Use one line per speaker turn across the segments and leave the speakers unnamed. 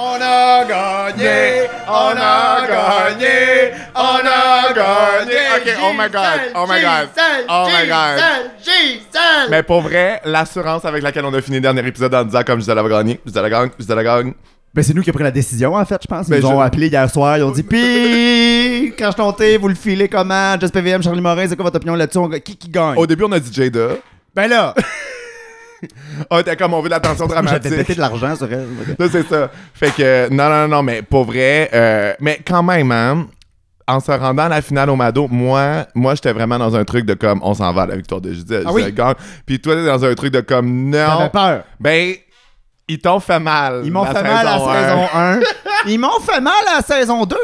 On a gagné, on a gagné, on a gagné.
Ok, oh my God, oh my God,
Gisèle,
oh my God.
Gisèle, Gisèle.
Mais pour vrai, l'assurance avec laquelle on a fini le dernier épisode en disant comme je la gagner, je la gagne, je la gagne.
Ben, c'est nous qui avons pris la décision, en fait, je pense. Ils
Ben,
nous ont
je-
appelé hier soir, ils ont dit Pis, crache ton thé, vous le filez comment Just PVM, Charlie Morin, c'est quoi votre opinion là-dessus On- Qui qui gagne
Au début, on a dit Jada.
Ben là,
On était oh, comme on veut de l'attention
j'avais pété
dramatique.
de l'argent sur elle.
Là, c'est ça. Fait que, euh, non, non, non, mais pour vrai, euh, mais quand même, hein, en se rendant à la finale au Mado, moi, moi j'étais vraiment dans un truc de comme, on s'en va à la victoire de Judith.
Ah oui.
Je gagne. Puis toi, t'es dans un truc de comme, non,
J'avais peur.
ben, ils t'ont fait mal.
Ils m'ont
la
fait mal à
un.
saison 1. Ils m'ont fait mal à saison 2.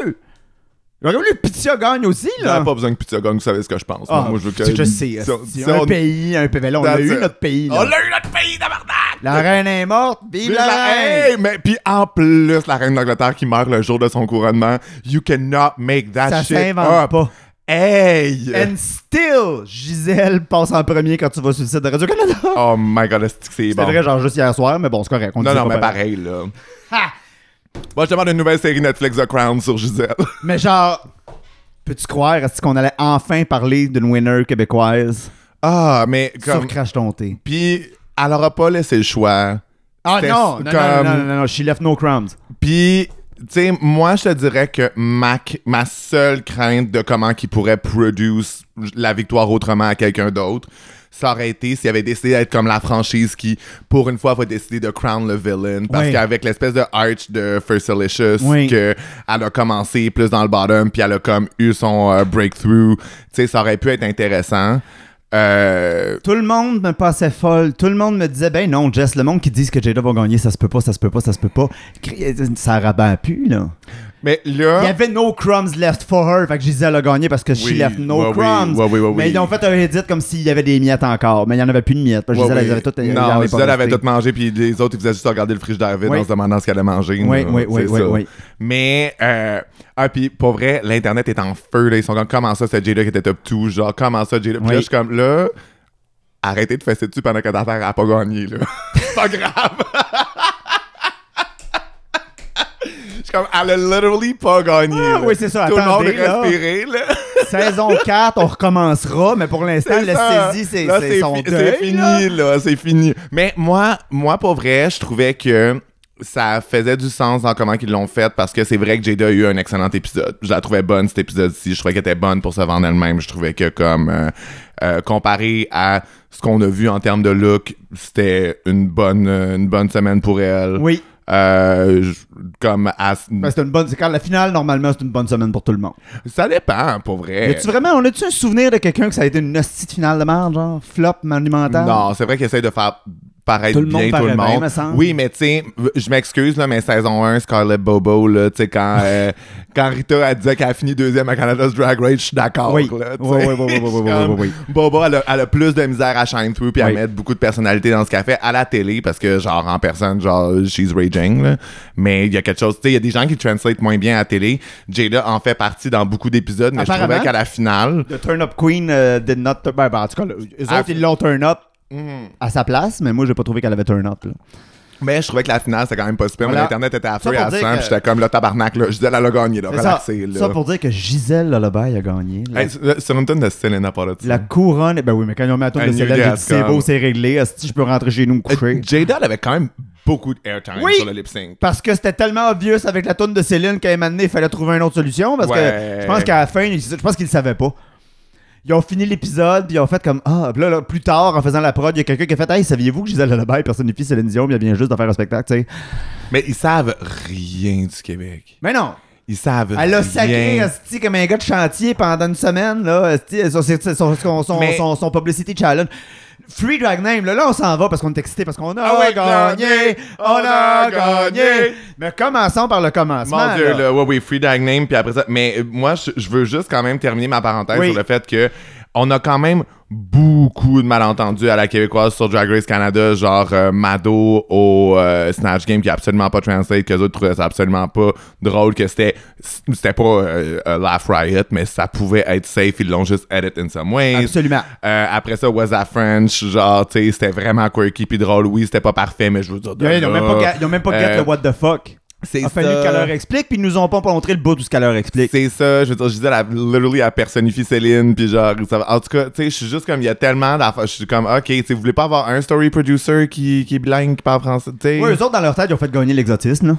J'aurais voulu que Pitia gagne aussi, là.
J'avais pas besoin que Pizza Gang, vous savez ce que je pense.
Ah,
moi, je veux que.
Je sais.
Si on-
c'est
si
un
on-
pays, un pays. Là, on a
That's
eu
it. Oh,
notre pays. là.
On l'a eu notre pays, tabarnak!
La reine est morte. Vive la reine!
Hey, mais puis en plus, la reine d'Angleterre qui meurt le jour de son couronnement, you cannot make that
Ça
shit
s'invente
up.
pas.
Hey!
And still, Gisèle passe en premier quand tu vas sur le site de Radio-Canada.
Oh my god, est-ce que c'est
C'était
bon.
vrai, genre juste hier soir, mais bon, c'est correct. On
non,
dit
non,
pas
mais pareil, là. Moi, je demande une nouvelle série Netflix The Crown sur Gisèle.
Mais genre, peux-tu croire, est-ce qu'on allait enfin parler d'une winner québécoise
Ah, mais
sur
comme.
Crash Ton Thé?
Puis, elle aura pas laissé le choix.
Ah
C'était
non, non, non, non,
comme-
non, non, non, she left no crumbs.
Puis, tu sais, moi, je te dirais que Mac, ma seule crainte de comment qu'il pourrait produce la victoire autrement à quelqu'un d'autre, ça aurait été s'il avait décidé d'être comme la franchise qui, pour une fois, va décider de crown le villain. Parce
Oui.
qu'avec l'espèce de arch de First Delicious,
Oui.
que elle a commencé plus dans le bottom, puis elle a comme eu son euh, breakthrough, tu sais, ça aurait pu être intéressant. Euh,
Tout le monde me passait folle. Tout le monde me disait, ben non, Jess, le monde qui dit que Jada va gagner, ça se peut pas, ça se peut pas, ça se peut pas. Cri- Ça rabat plus, là.
mais
Il y
là,
avait no crumbs left for her. Fait que Gisèle a gagné parce que she
Hein? Oui,
left no
ouais, oui,
crumbs.
ouais, oui, ouais,
mais
oui.
ils ont fait un edit comme s'il y avait des miettes encore. Mais il n'y en avait plus de miettes. Parce que
ouais,
Gisèle,
ouais.
elle avait toutes- elle en
non,
avait pas
Gisèle avait
resté.
tout mangé, puis les autres, ils faisaient juste regarder le frigidaire vide
Oui.
en se demandant ce qu'elle allait manger.
Oui,
là.
oui, oui,
C'est
oui,
ça.
oui.
Mais, euh, ah, puis pour vrai, l'Internet est en feu. Là. Ils sont comme, comment ça, cette Jada qui était top 2? Genre, comment ça, Jada? Puis là,
Oui.
je suis comme, là, arrêtez de fesser dessus pendant que ta affaire n'a pas gagné. là. C'est pas grave. Je suis comme, elle a literally pas gagné.
Ah,
là.
oui, c'est ça,
Tout le
attendez,
monde est
là.
respiré, là.
Saison 4, on recommencera, mais pour l'instant,
C'est
Ah, le
ça.
saisie, c'est
Là,
c'est son
fi-
deuil.
C'est
là.
fini, là. C'est fini. Mais moi, moi, pour vrai, je trouvais que ça faisait du sens dans comment ils l'ont fait parce que c'est vrai que Jada a eu un excellent épisode. Je la trouvais bonne, cet épisode-ci. Je trouvais qu'elle était bonne pour se vendre elle-même. Je trouvais que, comme, euh, euh, comparé à ce qu'on a vu en termes de look, c'était une bonne, euh, une bonne semaine pour elle.
Oui.
Euh, je- comme à-
Ben, c'est une bonne. C'est quand la finale, normalement, c'est une bonne semaine pour tout le monde.
ça dépend pour vrai.
Y a-tu vraiment. On a-tu un souvenir de quelqu'un que ça a été une hostie de finale de merde, genre flop monumental?
Non, c'est vrai qu'ils essayent de faire paraître
Tout le monde
bien tout
paraît
le
bien,
monde.
me semble.
oui, mais tu sais, je m'excuse, là, mais saison 1, Scarlett Bobo, là, tu sais, quand, euh, quand Rita, elle disait qu'elle a fini deuxième à Canada's Drag Race, je suis d'accord,
Oui.
là, tu
Oui,
sais.
oui, oui, oui, oui, oui,
Comme,
oui, oui,
Bobo, elle a, elle a plus de misère à shine through puis à
Oui.
mettre beaucoup de personnalité dans ce qu'elle fait à la télé parce que, genre, en personne, genre, she's raging, là. Mais il y a quelque chose, tu sais, il y a des gens qui translate moins bien à la télé. Jada en fait partie dans beaucoup d'épisodes, mais je trouvais
Apparemment.
qu'à la finale,
The Turn Up Queen euh, did not. turn- Ben, ben, en tout cas, eux
Ah,
autres, ils l'ont turn up à sa place, mais moi, j'ai pas trouvé qu'elle avait turn up. là.
Mais je trouvais que la finale, c'était quand même pas super.
Voilà.
Mais L'Internet était à
Ça
feu et
pour
à
dire
100.
que-
Puis j'étais comme, là, tabarnak, là. Je disais, là, elle a gagné, là.
C'est ça,
Relaxez, là.
ça pour dire que Gisèle Lullaby a gagné. là.
Hey, c'est- c'est une tonne de Selena Parati.
La couronne, ben oui, mais quand ils ont mis la tour
Un
de
New
Célèbre, j'ai
Day
dit c'est
Ascom.
beau, c'est réglé. Si je peux rentrer chez nous me coucher.
Euh, Jada, elle avait quand même beaucoup d'airtime
Oui.
sur le lip sync.
Parce que c'était tellement obvious avec la toune de Céline qu'à un moment donné, il fallait trouver une autre solution. Parce
Ouais.
que je pense qu'à la fin, ils- je pense qu'ils le savaient pas. Ils ont fini l'épisode, puis ils ont fait comme Ah, puis là, là, plus tard, en faisant la prod, il y a quelqu'un qui a fait Hey, saviez-vous que Gisèle Lullaby personnifie Céline Dion, puis elle vient juste de faire un spectacle, tu sais.
Mais ils savent rien du Québec.
Mais non!
Ils savent rien.
Elle a sacré esti, comme un gars de chantier pendant une semaine, là. esti, son, son, son, son, son-
Mais-
son- son publicity challenge. Free Drag Name, là, là, on s'en va parce qu'on est excité, parce qu'on a
Ah oui,
gagné, on a gagné. Mais commençons par le commencement.
Mon Dieu,
là.
là, ouais, oui, Free Drag Name, puis après ça. Mais euh, moi, je, je veux juste quand même terminer ma parenthèse
Oui.
sur le fait que on a quand même beaucoup de malentendus à la québécoise sur Drag Race Canada, genre euh, Mado au euh, Snatch Game qui a absolument pas translate, que les autres trouvaient ça absolument pas drôle, que c'était c'était pas euh, a Laugh Riot, mais ça pouvait être safe, ils l'ont juste edit in some way.
Absolument.
Euh, après ça, Was That French, genre, tu sais, c'était vraiment quirky puis drôle. Oui, c'était pas parfait, mais je veux dire. de
Ils ont même
là,
pas, ga- ils ont même pas get
euh,
le what the fuck.
C'est
Il a fallu qu'elle leur explique, puis ils nous ont pas montré le bout de ce qu'elle leur explique.
C'est ça, je veux dire, je disais, la, literally, elle personnifie Céline, puis genre, ça va- en tout cas, tu sais, je suis juste comme, il y a tellement d'affaires, je suis comme, ok, tu sais, vous voulez pas avoir un story producer qui, qui est bilingue, qui parle français, tu sais?
Ouais, eux autres, dans leur tête, ils ont fait gagner l'exotisme, là.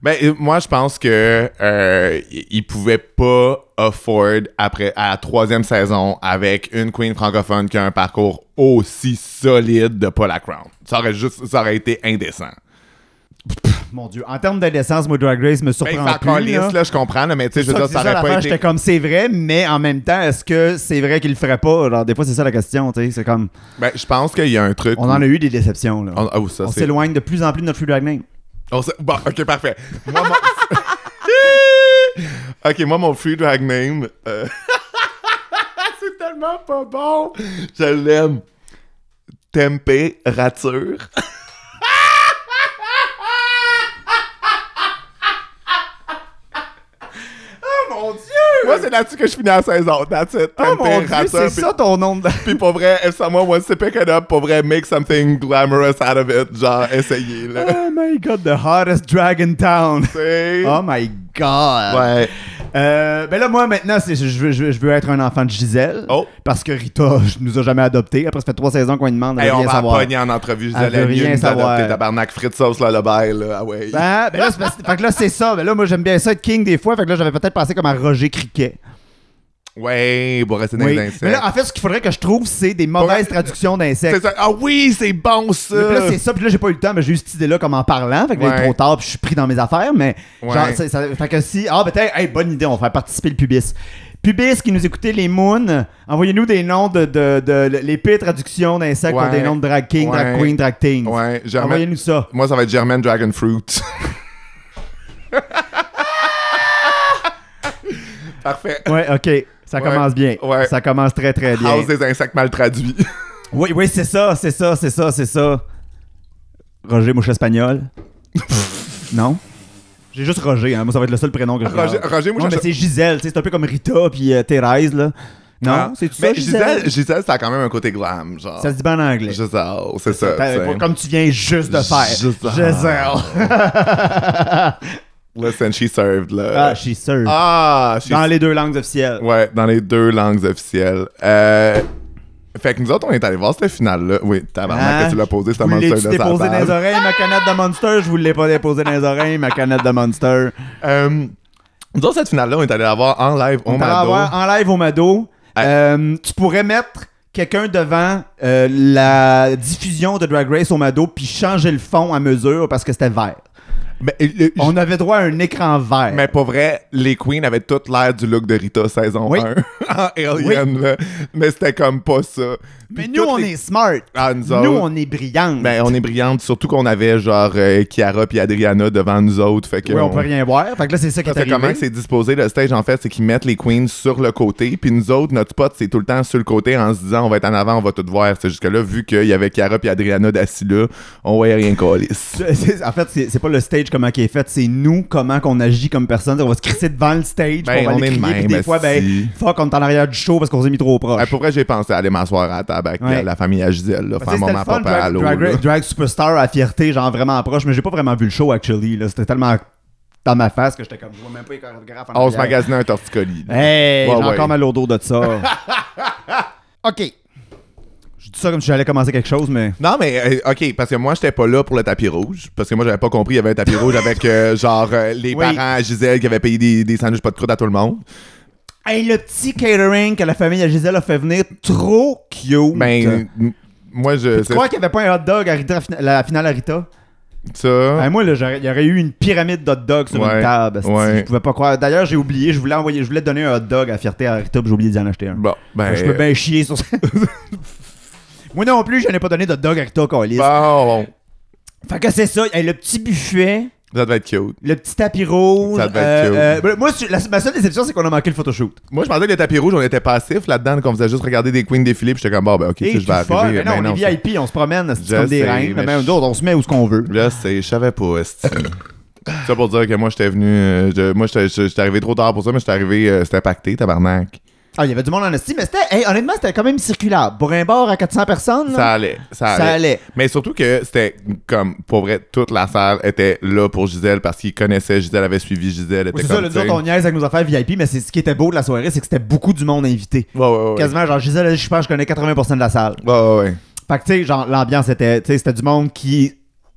Ben, euh, moi, je pense que euh, y- ils pouvaient pas afford après à la troisième saison avec une queen francophone qui a un parcours aussi solide de Paula Crown. Ça aurait juste, ça aurait été indécent.
Mon Dieu. En termes d'indécence, moi, Drag Race me
Ben,
surprend
ça
plus, là.
calisse, là, je comprends, là, mais tu sais, je veux
Ça,
dire,
c'est
ça
ça,
aurait
l'affaire,
pas
J'étais
été.
comme c'est vrai, mais en même temps, est-ce que c'est vrai qu'il le ferait pas? Alors, des fois, c'est ça la question, tu sais. C'est comme.
Ben, je pense qu'il y a un truc.
On en a eu des déceptions, là.
On, ah, oui, ça,
On
c'est.
s'éloigne de plus en plus de notre Free Drag Name.
on s'é- Bon, ok, parfait. Moi, mon... ok, moi, mon free drag name. euh, c'est tellement pas bon. Je l'aime. Tempe rature.
Oh mon Dieu!
Moi, c'est là-dessus que je finis la saison. That's it.
Oh mon
Tempé,
Dieu,
rature,
c'est
puis-
ça ton nom de.
Puis pour vrai, if someone wants to pick it up, pour vrai, make something glamorous out of it. Genre, essayez, là.
Oh my god, the hottest drag in town!
Tu sais?
Oh my god!
Ouais.
Euh, ben là, moi, maintenant, c'est- je, veux, je veux- je veux être un enfant de Gisèle.
Oh.
Parce que Rita je, nous a jamais adopté. Après, ça fait trois saisons qu'on lui demande. Elle
Hey,
veut
on
rien
va
savoir.
pogner en entrevue.
Elle
Gisèle
veut rien
Agnew nous a
savoir.
adopté tabarnak frites sauce, là, le bail, là. Ah ouais.
Ben, ben là, c'est parce- fait que là, c'est ça. Ben là, moi, j'aime bien ça être king des fois. Fait que là, j'avais peut-être pensé comme à Roger Criquet.
Ouais, pour rester dans
Oui.
les insectes.
Mais là, en fait, ce qu'il faudrait que je trouve, c'est des
Ouais.
mauvaises traductions
C'est
d'insectes.
ça. Ah oui, c'est bon, ça.
Puis là, c'est ça. Puis là, j'ai pas eu le temps, mais j'ai eu cette idée-là comme en parlant. Fait que là, il est
Ouais.
trop tard, puis je suis pris dans mes affaires. Mais
Ouais.
genre, c'est- ça- fait que si. Ah, ben, t'as- hey, bonne idée, on va faire participer le pubis. Pubis qui nous écoutait, les moons, envoyez-nous des noms de, de, de- les pires traductions d'insectes
Ouais.
ou des noms de drag king, drag
Ouais.
queen, drag things.
Ouais, Germaine-
Envoyez-nous ça.
Moi, ça va être German Dragon Fruit. Parfait.
Ouais, ok. Ça
Ouais.
commence bien.
Ouais.
Ça commence très, très bien.
House des insectes mal traduits.
Oui, oui, c'est ça, c'est ça, c'est ça, c'est ça. Roger Mouche Espagnol. non? J'ai juste Roger, hein. moi ça va être le seul prénom que je
Roger-
garde.
Roger Mouche-
Non, mais c'est Gisèle, tu sais, c'est un peu comme Rita puis euh, Thérèse, là. Non,
Ah.
c'est tout ça,
Mais
Gisèle? Ah.
Gisèle, Gisèle, ça a quand même un côté glam, genre.
Ça se dit bien en anglais.
Gisèle, c'est ça.
T'as-
tu sais.
Comme tu viens juste de faire.
Gisèle. Listen, she served, là.
ah, she served.
Ah, she
Dans les deux langues officielles.
Ouais, dans les deux langues officielles. Euh... Fait que nous autres, on est allés voir cette finale-là. Oui, tabarnak,
Hein?
que tu l'as posé,
Je
cette
vous l'ai-tu
monster de sa
déposé dans les
table.
oreilles, ma canette de Monster. Je vous l'ai pas déposé dans les oreilles, ma canette de Monster.
Euh, Nous autres, cette finale-là, on est allés la voir en live au
On va
Mado.
avoir en live au Mado.
Ouais.
Euh, tu pourrais mettre quelqu'un devant euh, la diffusion de Drag Race au Mado puis changer le fond à mesure parce que c'était vert.
Mais, Ben, le-
On avait droit à un écran vert.
mais pour vrai, les queens avaient toutes l'air du look de Rita saison
Oui.
1 en Alien, là. Mais c'était comme pas ça.
Mais
Puis
nous,
toutes
on
les-
est smart.
Ah, nous
nous,
autres.
on est brillants.
Ben, on est brillante, surtout qu'on avait genre euh, Kiara puis Adriana devant nous autres. Fait que
on
on-
peut rien voir. Fait que là, c'est ça qui
Parce
est
que comment
arrivé.
que c'est disposé le stage en fait, c'est qu'ils mettent les queens sur le côté, puis nous autres, notre spot, c'est tout le temps sur le côté en se disant on va être en avant, on va tout voir. C'est jusque là, vu qu'il y avait Kiara puis Adriana d'assis là, on voyait rien coller.
C'est- c'est- en fait, c'est c'est pas le stage comment qui est fait, c'est nous comment qu'on agit comme personne. On va se crisser devant le stage,
Ben,
puis on va
on
aller
est le
crier,
même,
puis des fois, ben,
esti.
fuck, on est en arrière du show parce qu'on s'est mis trop proche.
Ah, pour vrai, j'ai pensé à aller m'asseoir à la table avec
Ouais.
euh, la famille à Gisèle, là,
Parce
faire
que
mon
Bah, c'était le
moment
fun,
papa à
drag,
l'eau.
drag,
là.
Drag Superstar à fierté, genre vraiment proche, mais j'ai pas vraiment vu le show, actually. là. C'était tellement dans ma face que j'étais comme, je vois même pas les chorégraphes en
On se
arrière.
magasinait un torticolis. là.
Hey,
Ouais,
j'ai
ouais.
encore mal au dos de ça. OK. Je dis ça comme si j'allais commencer quelque chose, mais...
Non, mais euh, OK, parce que moi, j'étais pas là pour le tapis rouge. Parce que moi, j'avais pas compris, il y avait un tapis rouge avec euh, genre euh, les
Oui.
parents à Gisèle qui avaient payé des, des sandwichs pas de croûte à tout le monde.
Hey, le petit catering que la famille à Gisèle a fait venir, trop cute.
Ben, m- moi, je.
tu
c'est
crois qu'il y avait pas un hot dog à Rita, la finale à Rita?
ça.
Ben, moi, là, j'aurais- il y aurait eu une pyramide d'hot dogs sur
Ah. Ouais,
une table. esti.
ouais.
Je pouvais pas croire. D'ailleurs, j'ai oublié, je voulais envoyer, je voulais donner un hot dog à Fierté à Rita, puis j'ai oublié d'y en acheter un.
Bon, ben.
Je peux bien chier sur ça. Moi non plus, je n'ai pas donné de dog à Rita Collis.
Bon,
Fait que c'est ça, hey, le petit buffet,
ça devait être cute.
le petit tapis rouge.
Ça devait être
euh,
cute.
euh, ben, moi, su- la- ma seule déception, c'est qu'on a manqué le photoshoot.
Moi, je pensais que le tapis rouge, on était passif là-dedans, qu'on faisait juste regarder des queens défiler, puis j'étais comme, bon, ben, ok, tu
Et
sais, je vais
tout folle,
arriver.
mais non,
Ben
on est
c'est-
VIP, on se promène, c'est
Je
comme des
sais,
reines.
mais
Mais
je-
d'autres, on se met où ce qu'on veut.
Là, c'est, je savais pas, esti. ça pour dire que moi, j'étais venu, euh, je- moi, j'étais- j'étais j'étais arrivé trop tard pour ça, mais j'étais arrivé, euh, c'était pacté, tabarnak.
Ah, il y avait du monde en esti, mais c'était, hey, honnêtement, c'était quand même circulaire. Pour un bar à 400 personnes, là,
Ça allait, ça allait.
ça allait.
Mais surtout que c'était comme, pour vrai, toute la salle était là pour Gisèle parce qu'il connaissait Gisèle, avait suivi Gisèle.
Oui,
Était
c'est ça,
comme,
le
tu
jour,
sais.
on niaise avec nos affaires VIP, mais c'est ce qui était beau de la soirée, c'est que c'était beaucoup du monde invité.
Ouais, ouais, ouais.
Quasiment, genre, Gisèle, a dit, je pense que je connais 80% de la salle.
Ouais, ouais, ouais.
Fait que, tu sais, genre, l'ambiance était, tu sais, c'était du monde qui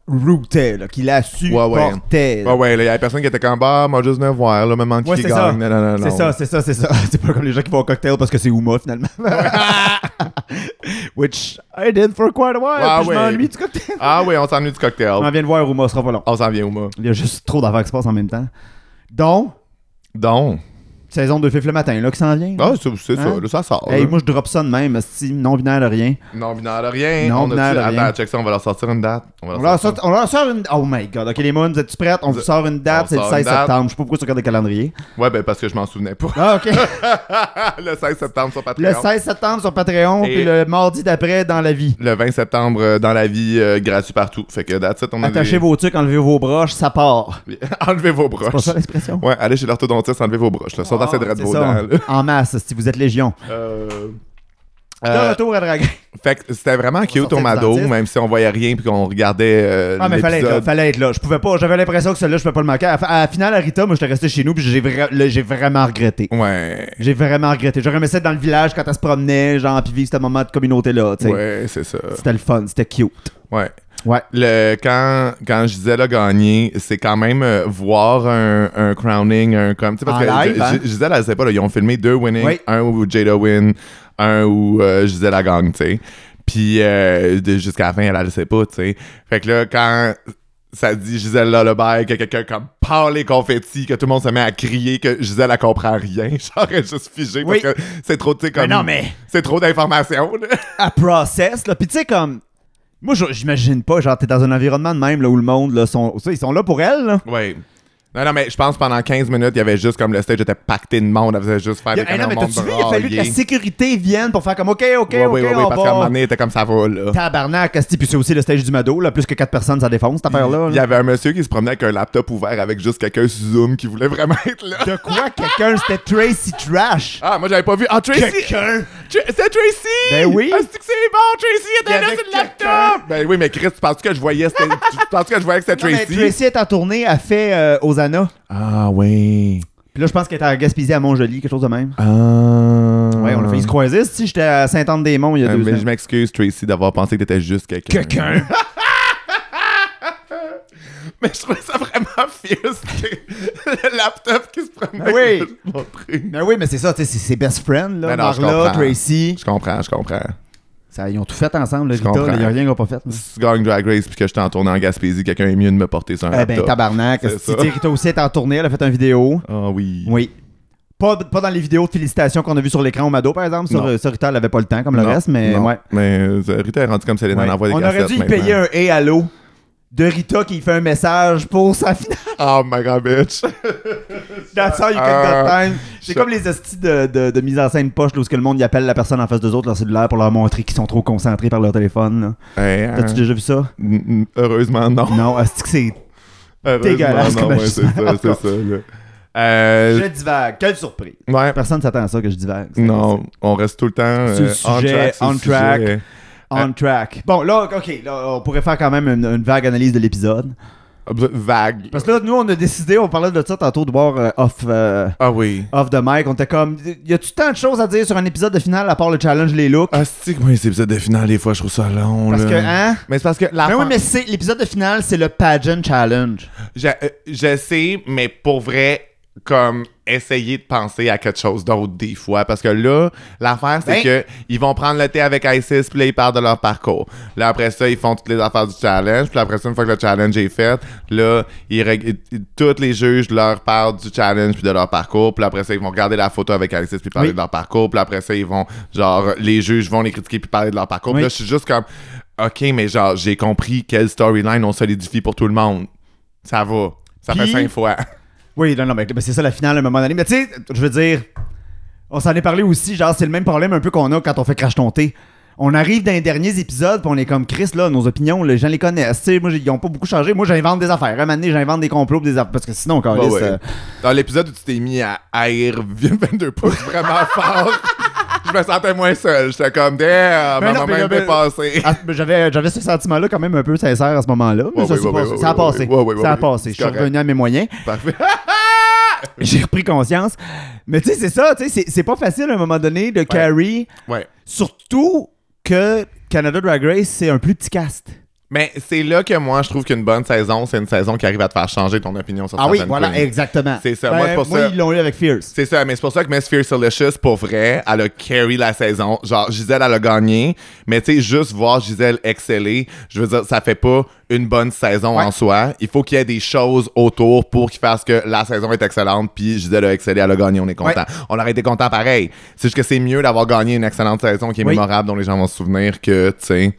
rootait, là, qui la supportait.
Ouais, ouais, là, il y avait personne qui était comme, bah, moi, juste venir voir, là, maman
Ouais,
qui
c'est ça.
gagne. Non, non, non,
C'est
non.
ça, c'est ça, c'est ça. C'est pas comme les gens qui vont au cocktail parce que c'est Uma finalement. Which I did for quite a while.
Ah
puis
ouais.
Je m'ennuie du cocktail.
Ah oui, on s'ennuie du cocktail.
On vient de voir Uma, ce sera pas long.
On s'en vient, Ouma.
Il y a juste trop d'affaires qui se passent en même temps. Donc,
Donc,
saison de Fif le matin, là, qui s'en vient. là.
ah, c'est c'est ça,
Hein?
là, ça sort.
Hey,
là.
moi, je drop ça de même, si non-binaire de rien.
Non binaire de rien.
Non
on a-tu-
binaire de rien.
Attends, check ça, on va leur sortir une date. On va
On
leur
leur,
sortir-
sort, on leur sort une. Oh my god, ok, les moons, êtes-tu prêtes? On vous sort une
On
date, c'est le
sort une
16
date.
septembre. Je sais pas pourquoi tu regardes le calendrier.
Ouais, ben parce que je m'en souvenais pas.
Ah, ok.
le 16 septembre sur Patreon.
le 16 septembre sur Patreon,
Et-
puis le mardi d'après dans la vie.
Le 20 septembre euh, dans la vie, euh, gratuit partout. Fait que that's it, on a
Attachez
des-
vos trucs, enlevez vos broches, ça part.
Enlevez vos
C'est pas
broches.
ça l'expression?
Ouais, allez chez l'orthodontiste, enlevez vos broches. Là. Sont assez
Ah,
droits de
c'est
vos
ça.
dents. hein, là.
En masse, si vous êtes légion.
Euh,
De
euh,
retour à Dragon.
fait que c'était vraiment cute
sortir
au
du
Mado,
dentiste.
même si on voyait rien puis qu'on regardait euh,
Ah, mais fallait être, là,
l'épisode.
fallait être là. Je pouvais pas, j'avais l'impression que celle-là, je pouvais pas le manquer. À, à la finale, à Rita, moi, j'étais resté chez nous, puis j'ai vra- là, j'ai vraiment regretté.
Ouais,
J'ai vraiment regretté. J'aurais aimé ça être dans le village quand elle se promenait, genre, puis vivre ce moment de communauté-là, tu sais.
ouais, c'est ça.
C'était le fun, c'était cute.
Ouais.
Ouais.
Le, quand, quand Gisèle a gagné, c'est quand même euh, voir un, un crowning, un comme. tu sais, Parce
En
que
live,
Gi-
hein?
Gi- Gisèle, elle sait pas, là, ils ont filmé deux winnings,
Oui.
un où Jada win, un où euh, Gisèle a gagne, tu sais. Puis euh, de- jusqu'à la fin, elle, elle sait pas, tu sais. Fait que là, quand ça dit Gisèle là, le bail, que quelqu'un comme parle les confettis, que tout le monde se met à crier, que Gisèle, elle comprend rien, genre, elle est juste figée
Oui.
parce que c'est trop, tu sais, comme.
Mais non, mais-
C'est trop d'informations, là.
à process, là. Puis tu sais, comme. Moi, je- j'imagine pas, genre, t'es dans un environnement de même, là, où le monde, là, sont, tu sais, ils sont là pour elle, là.
Oui. Non, non, mais je pense que pendant 15 minutes, il y avait juste comme le stage était pacté de monde. Elle faisait juste faire
Il y
des
a- hey, non,
caméras
mais
au monde
t'as-tu vu, il a fallu que la
brailler.
sécurité vienne pour faire comme, OK, OK,
Ouais,
OK,
ouais, ouais,
on
parce qu'à un moment
va.
donné, il était comme ça va, là.
Tabarnak, Asti, puis c'est aussi le stage du Mado, là, plus que 4 personnes, ça défonce, cette affaire-là.
Il y
là.
avait un monsieur qui se promenait avec un laptop ouvert avec juste quelqu'un sur Zoom qui voulait vraiment être là.
De quoi quelqu'un, c'était Tracy Trash?
Ah, moi, j'avais pas vu. Ah, Tracy!
Quelqu'un!
Tra- C'est Tracy!
Ben oui.
Ah, c'est que c'est bon, Tracy
Il y
était là
avait
sur le
quelqu'un.
laptop! Ben oui, mais Chris, tu penses que je voyais, c'était- tu penses que je voyais que c'était
Non, mais
Tracy?
Tracy est en tournée, a fait euh, Osana.
Ah, oui.
Puis là, je pense qu'elle était à Gaspésie à Montjoli, quelque chose de même.
Ah.
Ouais, on a failli se croiser, si j'étais à Sainte-Anne-des-Monts il y a
Euh,
deux
Ah. mais je
ans.
m'excuse, Tracy, d'avoir pensé que t'étais juste quelqu'un.
Quelqu'un!
Mais je trouvais ça vraiment fierce que le laptop qui se promenait.
Ben oui.
que je montrais.
Ben oui, mais c'est ça, tu sais, c'est ses best friends, là.
Ben non, je
Marla,
comprends.
Tracy.
Je comprends, je comprends.
Ça, ils ont tout fait ensemble, le
Je
Rita.
comprends.
Il n'y a rien qu'on n'a pas fait. là.
Si tu gagnes Drag Race puis que je t'en tourne en Gaspésie, quelqu'un est mieux de me porter sur un
Eh ben,
laptop.
tabarnak.
Ah, C'est
Si
ça.
Rita aussi est en tournée, elle a fait une vidéo.
Ah oui.
Oui. Pas, pas dans les vidéos de félicitations qu'on a vues sur l'écran au Mado, par exemple. Sur,
Non.
euh, sur Rita, elle n'avait pas le temps, comme le
Non,
reste, mais
non.
ouais.
Mais euh, Rita est rendue comme Céline,
Ouais.
elle envoie des
On aurait
cassettes
dû y
maintenant.
payer un et à l'eau de Rita qui fait un message pour sa finale.
Oh my god, bitch.
That's how you get
Euh,
that time. C'est
ça-
comme les hosties de, de, de mise en scène poche, là, où ce que le monde y appelle la personne en face d'eux autres, leur cellulaire, pour leur montrer qu'ils sont trop concentrés par leur téléphone. là.
Hey, hein. Oh.
T'as-tu déjà vu ça?
N- n- Heureusement, non.
Non, hostie que c'est...
Heureusement,
Dégueulasse
non,
comme
ouais, c'est
agissement.
ça, c'est ça. là. Euh,
Je divague. Quelle surprise.
Ouais.
Personne ne s'attend à ça que je divague. C'est-
Non, on reste tout le temps
Sur le
euh, on
sujet,
track. sur le
on track.
sujet.
c'est On track. Bon, là, OK, là, on pourrait faire quand même une, une vague analyse de l'épisode.
Vague.
Parce que là, nous, on a décidé, on parlait de ça tantôt de voir euh, off, euh,
Ah oui.
off the mic. On était comme, y a-tu tant de choses à dire sur un épisode de finale à part le challenge, les looks?
Ah, c'est que moi, les épisodes de finale, des fois, je trouve ça long.
Parce
là.
que, hein?
Mais c'est parce que la
Ben oui,
fin-
mais c'est l'épisode de finale, c'est le pageant challenge.
Je, euh, je sais, mais pour vrai, comme essayer de penser à quelque chose d'autre des fois. Parce que là, l'affaire, c'est
Ben-
que ils vont prendre le thé avec ISIS, puis là, ils parlent de leur parcours. Là, après ça, ils font toutes les affaires du challenge. Puis après ça, une fois que le challenge est fait, là, ils, reg- ils- tous les juges leur parlent du challenge, puis de leur parcours. Puis après ça, ils vont regarder la photo avec ISIS, puis parler
Oui.
de leur parcours. Puis après ça, ils vont, genre, les juges vont les critiquer, puis parler de leur parcours.
Oui.
Puis là, je suis juste comme, OK, mais genre, j'ai compris quelle storyline on solidifie pour tout le monde. Ça va. Ça fait
Puis-
cinq fois.
Oui, non, non, mais mais c'est ça la finale à un moment donné. Mais tu sais, je veux dire, on s'en est parlé aussi, genre, c'est le même problème un peu qu'on a quand on fait crash ton thé. On arrive dans les derniers épisodes, puis on est comme Chris, là, nos opinions, les gens les connaissent. Tu sais, moi, j'ai- ils ont pas beaucoup changé. Moi, j'invente des affaires. À un moment donné, j'invente des complots, pis des affaires. Parce que sinon, euh, quand
Bah ouais. Dans l'épisode où tu t'es mis à haïr 22 pouces vraiment fort, je me sentais moins seul. J'étais comme, damn,
Mais
ma
non, mais-
maman
mais-
m'est passée.
Ah, mais J'avais, j'avais ce sentiment-là quand même un peu sincère à ce moment-là. Mais
Ouais,
ça
ouais,
s'est
ouais,
passé.
ouais,
ça a
ouais,
passé.
ouais, ouais, ouais,
ça a
ouais.
passé. Je suis
Correct.
revenu à mes moyens.
Parfait.
J'ai repris conscience. Mais tu sais, c'est ça. Tu sais, c'est- c'est pas facile à un moment donné de carry.
Ouais.
Surtout que Canada Drag Race, c'est un plus petit cast.
Mais c'est là que moi, je trouve qu'une bonne saison, c'est une saison qui arrive à te faire changer ton opinion
Ah
sur certaines queens.
exactement. Ben,
C'est ça. Moi, c'est pour ça-
ils l'ont eu avec Fierce.
C'est ça, mais c'est pour ça que Miss Fierce Delicious, pour vrai, elle a carry la saison. Genre, Gisèle, elle a gagné, mais tu sais, juste voir Gisèle exceller, je veux dire, ça fait pas une bonne saison
Ouais.
en soi. Il faut qu'il y ait des choses autour pour qu'il fasse que la saison est excellente, puis Gisèle a excellé, elle a gagné, on est content.
Ouais.
On aurait été content pareil. C'est juste que c'est mieux d'avoir gagné une excellente saison qui est
Oui.
mémorable, dont les gens vont se souvenir que, tu sais...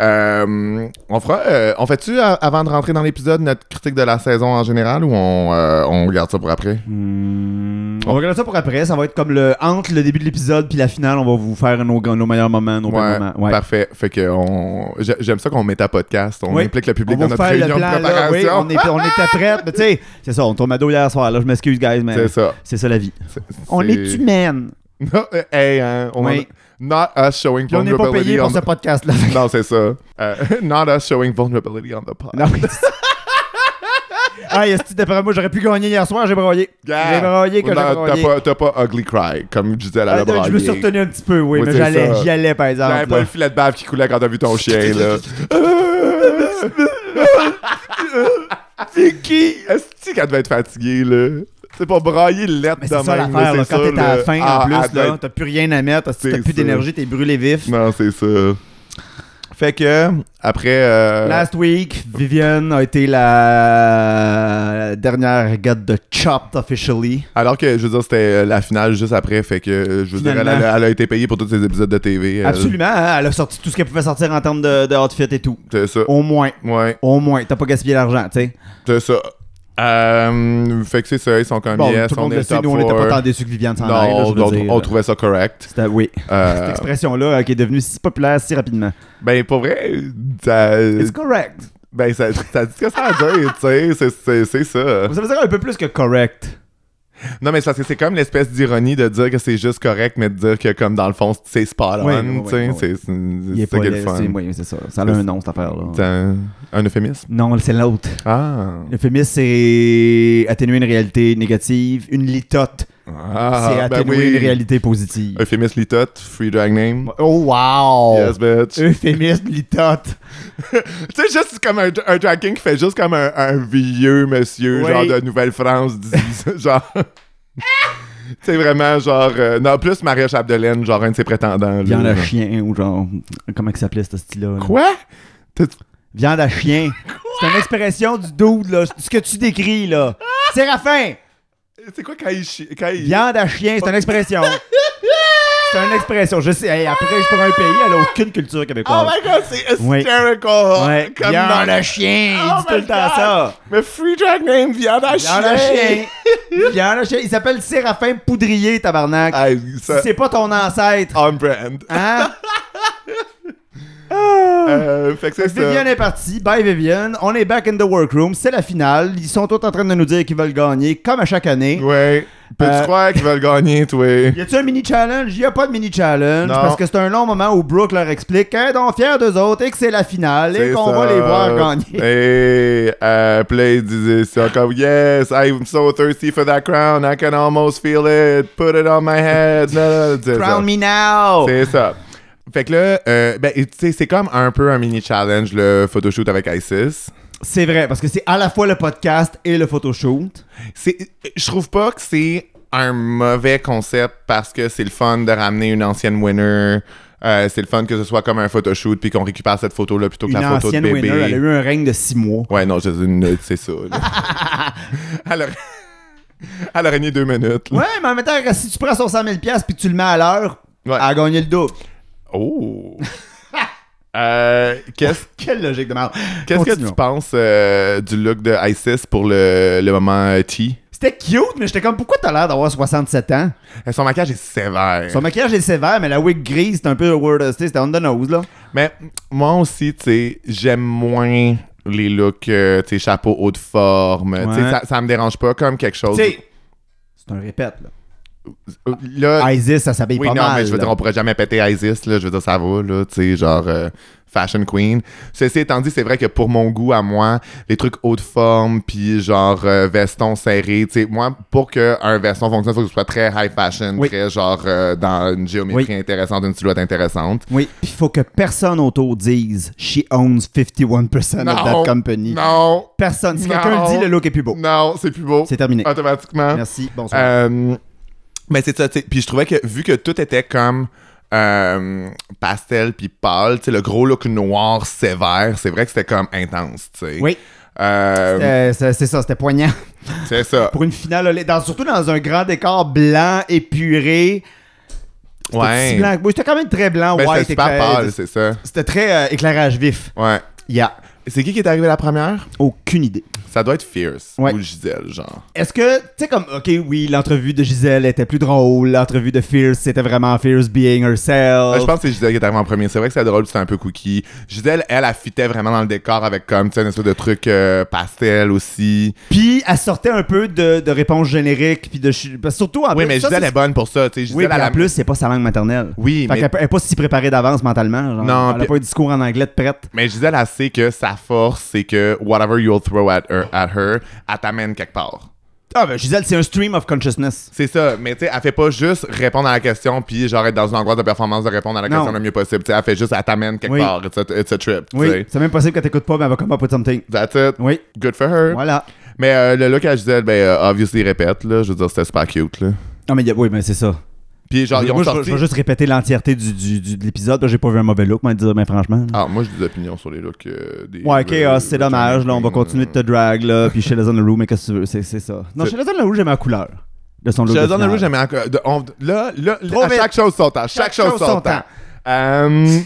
Euh, on fera, euh, on fait-tu a- avant de rentrer dans l'épisode notre critique de la saison en général ou on, euh, on garde ça pour après?
On va regarder ça pour après. Ça va être comme le entre le début de l'épisode puis la finale. On va vous faire nos, nos meilleurs moments, nos
Ouais,
pires moments. Ouais.
parfait. Fait que on... j'ai- j'aime ça qu'on mette à podcast. On
Oui.
implique le
On
public
va
dans
vous
notre
faire le
réunion
plan
de
là. Oui,
préparation.
on, est- on était prêts. Mais tu sais, c'est ça. On tombe à dos hier soir. Là, je m'excuse, guys, mais
C'est ça.
c'est ça la vie.
C'est-
On est,
c'est-
humaine.
Non, euh, hey, hein, on
Oui.
Not us showing
Puis on n'est
vulnerability
pas payé pour
on
ce
the...
podcast-là.
Non, c'est ça. Euh, not us showing vulnerability on the pod.
Non, mais- ah, est-ce d'après moi, j'aurais pu gagner hier soir, j'ai broyé.
Yeah.
J'ai broyé que j'ai
Non,
broyé.
T'as pas, t'as pas ugly cry, comme Gisèle à
Ah,
la
non, je me suis retenu un petit peu, oui,
Oui,
mais
c'est
j'allais,
ça.
j'y allais par exemple.
J'avais Ben, pas
là.
le filet de bave qui coulait quand t'as vu ton chien, là.
C'est qui?
Est-ce qu'elle devait être fatiguée, là? C'est pas brailler le lettre
Mais
de
c'est ça
même, là,
l'affaire, là,
c'est
quand
ça,
t'es à la
là.
fin
Ah,
en plus,
elle devait
là, t'as plus rien à mettre, t'as
C'est ça.
plus d'énergie, t'es brûlé vif.
Non, c'est ça. Fait que, après. euh,
Last week, Vivienne a été la dernière regarde de Chopped officially.
Alors que, je veux dire, c'était euh, la finale juste après. Fait que, euh, je veux dire, elle,
Finalement.
a- elle a été payée pour tous ses épisodes de euh, TV. elle.
Absolument, hein, elle a sorti tout ce qu'elle pouvait sortir en termes de, de outfit et tout.
C'est ça.
Au moins,
Ouais,
au moins, t'as pas gaspillé l'argent, tu sais.
c'est ça. Euh, fait que c'est ça, ils sont comme
Bon,
yes,
tout le
on
monde
est
le
le
sait,
top
nous on était pas
four.
tant déçus que Viviane s'en
Non,
aille, là, je veux
on,
dire. euh,
on trouvait ça correct.
C'était- Oui, cette
Euh,
expression-là euh, qui est devenue si populaire si rapidement.
ben, pour vrai, ça,
It's correct.
ben, ça, ça dit ce que ça a à dire, tu sais, c'est- c'est- c'est ça.
Ça veut dire un peu plus que correct.
Non, mais c'est parce que c'est comme l'espèce d'ironie de dire que c'est juste correct, mais de dire que, comme dans le fond, c'est spot on,
Ouais, ouais,
tu sais,
ouais, ouais.
c'est-
Il est
c'est
pas
ça qui est le
laid, c'est
fun.
oui, c'est ça. Ça a un nom, cette affaire-là.
C'est un, un euphémisme.
Non, c'est l'autre.
Ah.
L'euphémisme, c'est atténuer une réalité négative. Une litote,
Ah,
c'est
ben
atténuer
oui.
une réalité positive.
Euphémisme litote, free drag name.
Oh, wow!
Yes, bitch.
Euphémisme, litote.
Tu sais, juste comme un, un drag king qui fait juste comme un, un vieux monsieur,
Oui.
genre de Nouvelle-France, dis- genre. C'est vraiment genre. euh, non, plus Maria Chapdelaine, genre un de ses prétendants. là.
Viande à chien, ou genre. Comment il s'appelait ce style-là? là?
Quoi? T'as-
Viande à chien. C'est une expression du dude, là. Ce que tu décris, là. Séraphin!
C'est quoi quand il. chi- Quand il...
Viande à chien, c'est une expression. C'est une expression. Je sais, hey, après, je suis pour un pays, elle a aucune culture
Oh
québécoise.
my god, c'est
Oui.
hysterical!
ouais,
Comme dans
viande
la
à chien, il
Oh
dit tout
my
le temps
God.
ça.
Mais free drag name, viande à chien!
Viande à chien. Viande à chien. Il s'appelle Séraphin Poudrier, tabarnak.
Hey,
Si
Ah, ça. Ah,
c'est pas ton ancêtre.
On brand.
Hein?
Euh, fait que c'est ça.
Vivian est partie. Bye Vivian. On est back in the workroom. C'est la finale. Ils sont tous en train de nous dire qu'ils veulent gagner, comme à chaque année.
Ouais. Peux-tu
Euh,
croire qu'ils veulent gagner, toi?
Y a-tu un mini challenge? Y a pas de mini challenge
Non.
parce que c'est un long moment où Brooke leur explique qu'elle est donc fière d'eux autres et que c'est la finale et
C'est
qu'on va
ça.
les voir gagner.
Hey, euh, play disait ça comme Yes, I'm so thirsty for that crown, I can almost feel it, put it on my head. Non, non, c'est ça.
Crown me now!
C'est ça. Fait que là, euh, ben, et tu sais, c'est comme un peu un mini challenge, le photoshoot avec Isis.
C'est vrai parce que c'est à la fois le podcast et le photoshoot.
C'est- Je trouve pas que c'est un mauvais concept parce que c'est le fun de ramener une ancienne winner. Euh, c'est le fun que ce soit comme un photoshoot puis qu'on récupère cette photo-là plutôt que
Une
la photo de
ancienne
bébé.
winner, elle a eu un règne de six mois.
Ouais, non, j'ai une minute, c'est ça. là. elle, aurait... elle aurait mis deux minutes. là.
Ouais, mais en même temps, si tu prends son 100 000 pièces puis que tu le mets à l'heure,
Ouais.
elle a gagné le double.
Oh! Euh, Qu'est-ce
Quelle logique de merde.
qu'est-ce que
Continuons.
tu penses euh, du look de Isis pour le, le moment euh, T?
C'était cute, mais j'étais comme, pourquoi t'as l'air d'avoir 67 ans?
Euh, Son maquillage est sévère.
Son maquillage est sévère, mais la wig grise, c'était un peu weird, euh, c'était on the nose, là.
Mais moi aussi, tu sais, j'aime moins les looks, euh, tu sais, chapeau haut de forme. Tu sais,
Ouais.
ça, ça me dérange pas comme quelque chose.
Tu sais, c'est un répète, là.
Euh, Là,
Isis, ça s'habille
oui,
pas
non,
mal.
mais je veux
là.
dire, on pourrait jamais péter Isis, là. Je veux dire, ça va, là, tu sais, genre euh, fashion queen. Ceci étant dit, c'est vrai que pour mon goût à moi, les trucs haut de forme, puis genre euh, veston serré, tu sais, moi, pour qu'un veston fonctionne, il faut que ce soit très high fashion,
Oui.
très genre euh, dans une géométrie intéressante, une silhouette intéressante.
Oui, puis il faut que personne autour dise « She owns 51% of
Non.
that company
Non,
Personne. Si
Non.
quelqu'un le dit, le look est plus beau.
non, c'est plus beau.
C'est terminé.
Automatiquement.
Merci, bonsoir.
Euh, mais c'est ça, tu sais. Puis je trouvais que vu que tout était comme euh, pastel puis pâle, tu sais, le gros look noir sévère, c'est vrai que c'était comme intense, tu sais.
oui,
Euh,
euh, c'est c'est ça, c'était poignant.
c'est ça.
Pour une finale, olé- dans- surtout dans un grand décor blanc, épuré. C'était si
Ouais.
blanc. Oui, c'était quand même très blanc,
Ben,
white,
c'était super
éclair-
pâle, c'est ça.
C'était très euh, éclairage vif.
Ouais.
Il y a
C'est qui qui est arrivé la première?
aucune idée.
Ça doit être Fierce
Ouais.
ou Gisèle, genre.
Est-ce que, tu sais, comme, ok, oui, l'entrevue de Gisèle était plus drôle, l'entrevue de Fierce, c'était vraiment Fierce being
Ouais,
herself.
Ben, je pense que c'est Gisèle qui est arrivée en premier. C'est vrai que c'est drôle, c'était un peu cookie. Gisèle, elle, elle fitait vraiment dans le décor avec comme, tu sais, une espèce de truc euh, pastel aussi.
Puis, elle sortait un peu de, de réponses génériques, puis de. ch- parce que Surtout en
Oui,
plus,
mais
Ah, ben, ça,
Gisèle
c'est-
est bonne pour ça, tu sais. Gisèle,
Oui, puis
elle
en
a-
plus, c'est pas sa langue maternelle.
Oui,
Fait
mais
qu'elle peut- elle est pas si préparée d'avance mentalement. Genre,
Non,
elle a
puis-
pas eu de discours en anglais de prête.
Mais Gisèle, elle sait que sa force, c'est que whatever you'll throw at her, at her elle t'amène quelque part.
Ah, ben Gisèle, c'est un stream of consciousness.
C'est ça, mais tu sais, elle fait pas juste répondre à la question, puis genre être dans une angoisse de performance de répondre à la
Non.
question le mieux possible. Tu sais, elle fait juste, elle t'amène quelque
Oui.
part. It's a, it's a trip. tu
Oui.
sais.
C'est même possible que t'écoutes pas, mais elle va come up with something.
That's it.
Oui.
Good for her.
Voilà.
Mais euh, le look à Gisèle, ben, euh, obviously, répète, là. Je veux dire, c'était super cute, là.
Non, mais il y a- oui, mais c'est ça.
Puis genre, ils ont
Moi, je, vais-
sorti.
je vais juste répéter l'entièreté du, du- du- de l'épisode. parce que J'ai pas vu un mauvais look, mais dire, mais franchement.
Ah, moi, j'ai des opinions sur les looks euh, des.
Ouais, ok,
euh,
ah, c'est
de Johnny
dommage. Là, on va
Queen,
continuer de
euh.
te drag, là. Puis chez Lazon Leroux, mais qu'est-ce que tu veux? C'est c'est ça. Non,
C'est-
chez Lazon Leroux, j'aime la couleur de son look.
Chez
de
les hommes de
finale.
rouge, j'aimais encore. de- on- Là, là,
Trop
là, à
vite.
chaque chose son temps. Chaque chose son temps. Euh,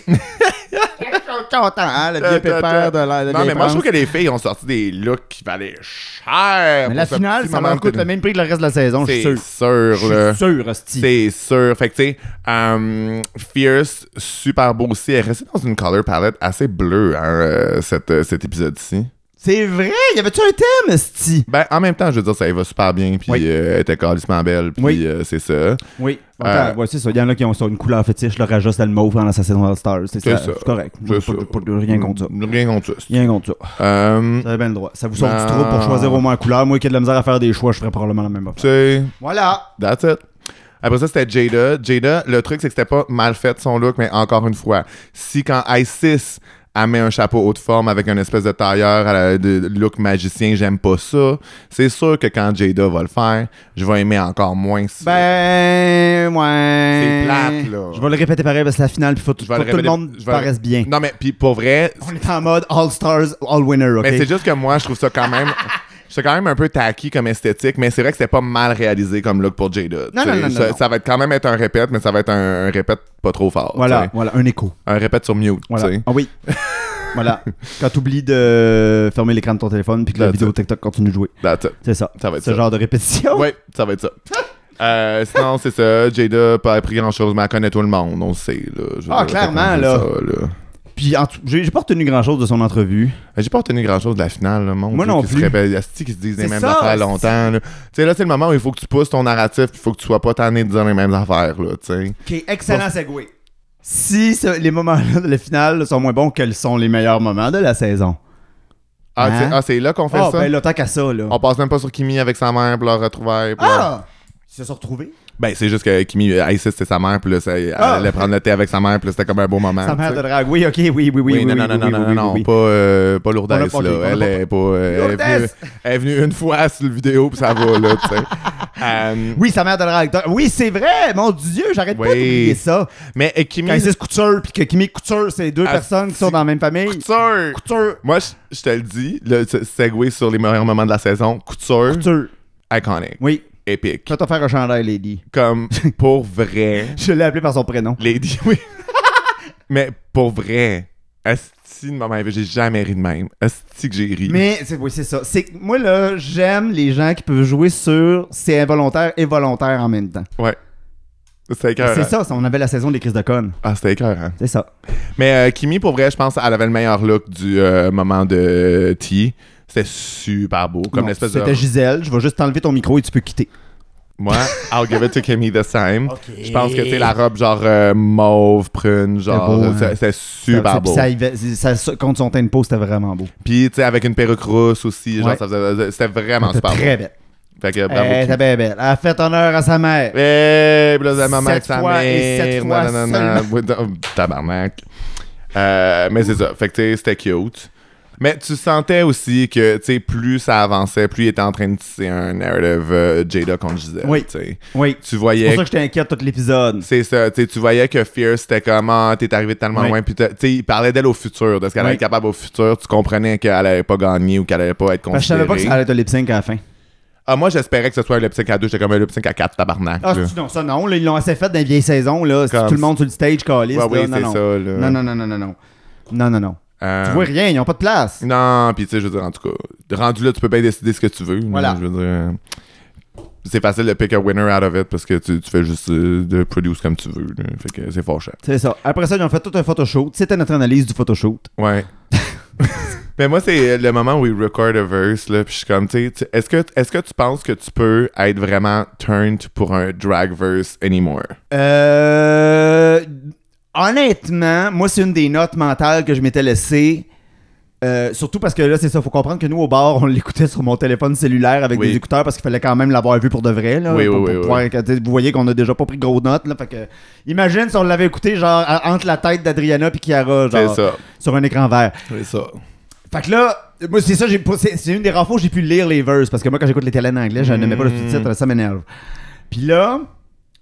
Content, hein, le vieux pépère de la. de
non, mais moi, je
l'épence.
trouve que les filles ont sorti des looks qui valaient cher.
Mais
pour
la
ce
finale,
petit
ça
moment
leur
de
coûte
télé.
le même prix que le reste de la saison, je suis
C'est
sûr.
sûr,
Je
là.
suis sûr, hostie.
C'est sûr. Fait que, tu sais, euh, Fierce, super beau aussi. Elle est restée dans une color palette assez bleue, hein, euh, cette, euh, cet épisode-ci.
C'est vrai, y avait-tu un thème, Sti?
Ben, en même temps, je veux dire, ça y va super bien. Puis,
Oui.
euh, elle était carrément belle. Puis,
Oui.
euh, c'est ça.
Oui.
Euh,
ouais, c'est ça. Il y en a qui ont sur une couleur fétiche, le raja, c'est le mauve pendant sa saison All-Stars. C'est
C'est
ça.
ça.
C'est correct.
C'est
Pas-
ça.
pas- pas- Rien contre ça.
Rien contre ça.
Rien contre ça.
Euh,
Vous avez bien le droit. Ça vous sort
Non.
du trou pour choisir au moins la couleur. Moi qui ai de la misère à faire des choix, je ferais probablement la même
tu
affaire.
sais,
Voilà.
That's it. Après ça, c'était Jada. Jada, le truc, c'est que c'était pas mal fait son look, mais encore une fois, si quand Isis, elle met un chapeau haute forme avec une espèce de tailleur à la- de de look magicien, j'aime pas ça, c'est sûr que quand Jada va le faire, je vais aimer encore moins ça.
Ben, ouais.
C'est plate, là.
Je vais le répéter pareil parce que la finale, il faut,
Je
faut
vais
que
le
tout le
répéter-
monde
je vais-
paraisse bien.
Non, mais puis pour vrai,
On est en mode All-Stars, All-Winner, ok?
mais c'est juste que moi, je trouve ça quand même. C'est quand même un peu tacky comme esthétique, mais c'est vrai que c'était pas mal réalisé comme look pour Jada.
Non,
tu sais.
non, non, non,
ça,
non.
ça va être quand même être un répète, mais ça va être un, un répète pas trop fort. tu
Voilà,
sais.
voilà, un écho.
Un répète sur mute.
Voilà.
tu sais.
Ah oui. voilà. Quand t'oublies de fermer l'écran de ton téléphone puis que la
That's
vidéo
it.
TikTok continue de jouer.
That's it.
C'est ça.
Ça va être
Ce
ça.
genre oh! de répétition.
Ouais, ça va être ça. Euh, sinon, c'est ça. Jada n'a pas appris grand-chose, mais elle connaît tout le monde, on le sait. Là. Je veux
Ah,
dire,
clairement,
c'est
là.
ça, là.
Puis en tout- j'ai j'ai pas retenu grand chose de son entrevue.
J'ai pas retenu grand-chose de la finale, là, mon
Moi
Dieu,
non
qui
plus.
Se répète, Asti qui se disent les
C'est
mêmes
ça,
affaires
asti.
longtemps. Là. Tu sais, là, c'est le moment où il faut que tu pousses ton narratif, il faut que tu sois pas tanné de dire les mêmes affaires, là, tu sais.
Ok, excellent segway. Si ce- les moments de la finale sont moins bons, quels sont les meilleurs moments de la saison?
Ah,
Hein?
tu sais, ah, c'est là qu'on fait
Ah,
ça? Ah,
ben là, tant qu'à ça, là.
On passe même pas sur Kimi avec sa mère pour leur retrouvaille. puis là-
Ah! Ils se sont retrouvés?
Ben, c'est juste que Kimi, euh, Isis, c'était sa mère, puis là, ça- elle
Ah!
allait prendre le thé avec sa mère, puis là, c'était comme un beau moment. Ah,
Sa
tu
mère
sais.
de drague. Oui, ok, oui, oui, oui. oui,
non,
oui,
non, non,
oui,
non,
oui,
non,
oui,
non,
oui, oui.
pas, euh, pas Lourdes,
On l'a pas
là.
vu, on l'a
Elle
pas-
est pas. euh, elle, est venue,
Lourdes!
elle est venue une fois sur le vidéo, puis ça va, là, tu sais. Euh,
Oui, sa mère de drague. Oui, c'est vrai! Mon Dieu, j'arrête
Oui.
pas d'oublier ça.
mais euh, Kimi.
Quand Isis Couture puis que Kimi Couture, c'est les deux
Ah,
personnes qui sont dans la même famille.
Couture!
Couture.
Moi, je, je te le dis, le ce- segway sur les meilleurs moments de la saison, couture,
Couture.
iconic,
Oui.
épique.
Fais-toi faire un chandail, Lady.
Comme pour vrai,
Je l'ai appelé par son prénom.
Lady, oui. mais pour vrai, Asti de maman, j'ai jamais ri de même. Asti que j'ai ri.
Mais c'est oui, c'est ça. C'est que moi là, j'aime les gens qui peuvent jouer sur c'est involontaire et volontaire en même temps.
Ouais. C'était écœurant.
C'est ça, ça, on avait la saison des crises de connes.
Ah, c'était écœurant.
C'est ça.
Mais euh, Kimi, pour vrai, je pense elle avait le meilleur look du euh, moment de T. C'était super beau. Comme
Non,
l'espèce de.
C'était Gisèle, je vais juste t'enlever ton micro et tu peux quitter.
Moi, I'll give it to Kimi this time. Je pense que c'est la robe genre euh, mauve, prune, genre.
beau, hein?
c'est- C'était super
Ça-
beau. Ah,
puis Ça, y va- ça, ça- contre son teint de peau, c'était vraiment beau.
Puis, tu sais, avec une perruque rousse aussi, genre,
Ouais.
ça faisait. C'était vraiment
C'était
super
très Eh, belle.
beau. Fait que bravo.
Elle
Kimi.
était bien belle. Elle a fait honneur à sa mère.
Eh, puis là, la maman
Sept
de sa
fois et
mère,
sept fois
nanana, oui, non, Tabarnak. Euh, mais c'est ça. Fait que, tu sais, c'était cute. Mais tu sentais aussi que, tu sais, plus ça avançait, plus il était en train de tisser un narrative euh, Jada contre Giselle.
Oui.
tu sais.
Oui.
Tu
C'est pour
voyais
ça que je t'inquiète tout l'épisode.
C'est ça, tu sais, tu voyais que Fierce c'était comme Ah, t'es arrivé tellement
Oui.
loin puis t'as- tu sais, il parlait d'elle au futur, de ce qu'elle
Oui.
allait être capable au futur, tu comprenais qu'elle allait pas gagner ou qu'elle allait pas être
Parce que je
considérée.
savais pas que ça allait être un lip sync à la fin.
Ah moi j'espérais que ce soit un lip sync à deux, j'étais comme un lip sync à quatre tabarnak.
Ah,
là.
c'est- non, ça non. là, ils l'ont assez fait dans les vieilles saisons. Là, C'est
Comme-
tout le monde sur le stage, calice.
Ouais,
là,
oui,
non,
c'est
non.
ça là.
non, non, non, non, non, non. Non, non, non.
Euh,
Tu vois rien, ils n'ont pas de place.
Non, puis tu sais, je veux dire, en tout cas, rendu là, tu peux bien décider ce que tu veux. là,
Voilà.
Je veux dire, euh, c'est facile de pick a winner out of it parce que tu, tu fais juste euh, de produce comme tu veux. là. Fait que c'est fort cher.
C'est ça. Après ça, ils ont fait tout un photoshoot. C'était notre analyse du photoshoot.
Ouais. Mais moi, c'est euh, le moment où il record a verse, là, puis je suis comme, tu sais, tu- est-ce que, est que tu penses que tu peux être vraiment turned pour un drag verse anymore?
Euh, honnêtement, moi, c'est une des notes mentales que je m'étais laissée. Euh, surtout parce que là, c'est ça, faut comprendre que nous, au bar, on l'écoutait sur mon téléphone cellulaire avec
Oui.
des écouteurs parce qu'il fallait quand même l'avoir vu pour de vrai. Là,
Oui,
pour-
oui,
pour
oui,
pouvoir- tu sais, Vous voyez qu'on a déjà pas pris de grosses notes. Là, fait que, imagine si on l'avait écouté genre à- entre la tête d'Adriana et Chiara,
C'est
genre,
ça.
sur un écran vert.
C'est ça.
Fait que là, moi, c'est ça, j'ai pas- c'est c'est une des rares fois où j'ai pu lire les verses, parce que moi, quand j'écoute les télés en anglais, je n'aimais pas le sous-titre, ça m'énerve. Puis là,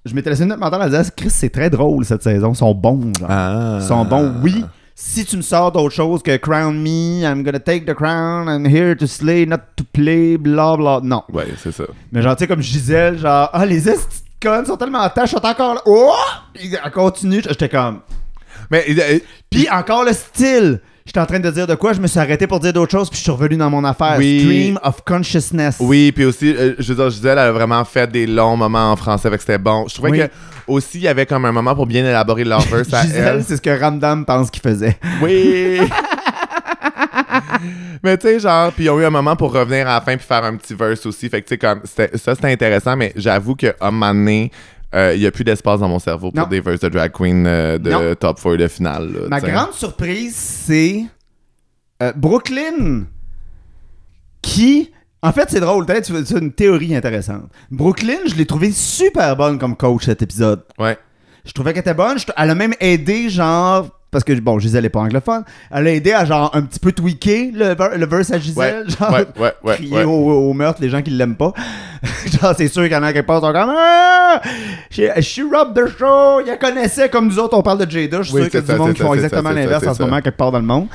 je m'étais laissé une note mentale en disant, Chris, c'est très drôle cette saison, ils sont bons, genre.
Ah.
Ils sont bons, oui. Si tu me sors d'autres choses que Crown me, I'm gonna take the crown, I'm here to slay, not to play, bla bla. Non.
Ouais, c'est ça.
Mais genre, tu sais, comme Gisèle, genre, ah, les estis de connes sont tellement en tâche, sont encore là. Oh! Puis Elle continue. J'étais comme.
Mais euh,
Puis encore le style. J'étais en train de dire de quoi, je me suis arrêté pour dire d'autres choses, puis je suis revenu dans mon affaire.
Oui.
Stream of consciousness.
Oui, puis aussi, euh, je veux dire, Gisèle, elle a vraiment fait des longs moments en français, fait que c'était bon. Je trouvais
Oui.
que aussi, il y avait comme un moment pour bien élaborer leur verse à
Gisèle,
elle.
c'est ce que Ramdam pense qu'il faisait.
Oui! mais tu sais, genre, puis ils ont eu un moment pour revenir à la fin puis faire un petit verse aussi. Fait que tu sais, comme, c'était- ça c'était intéressant, mais j'avoue qu'à un moment donné, euh, il n'y a plus d'espace dans mon cerveau pour
Non.
des verses de drag queen euh, de
Non.
top 4 de finale. là,
Ma
tu sais.
grande surprise, c'est euh, Brooklyn, qui... En fait, c'est drôle, peut-être, tu tu as une théorie intéressante. Brooklyn, je l'ai trouvée super bonne comme coach cet épisode.
Ouais.
Je trouvais qu'elle était bonne. Je- elle a même aidé, genre. Parce que, bon, Gisèle est pas anglophone. Elle a aidé à, genre, un petit peu tweaker le, ver- le verse à Gisèle.
Ouais,
genre,
ouais, ouais, ouais,
crier
ouais.
Au, au meurtre les gens qui l'aiment pas. genre, c'est sûr qu'il y en a qui pensent comme. Ah! She, she robbed the show. Il la connaissait comme nous autres, on parle de Jada. Je suis
Oui,
sûr qu'il y a
c'est
du
ça,
monde
c'est
qui font
ça, c'est
exactement
ça, c'est
l'inverse
ça,
en ce
c'est
moment,
ça.
quelque part dans le monde.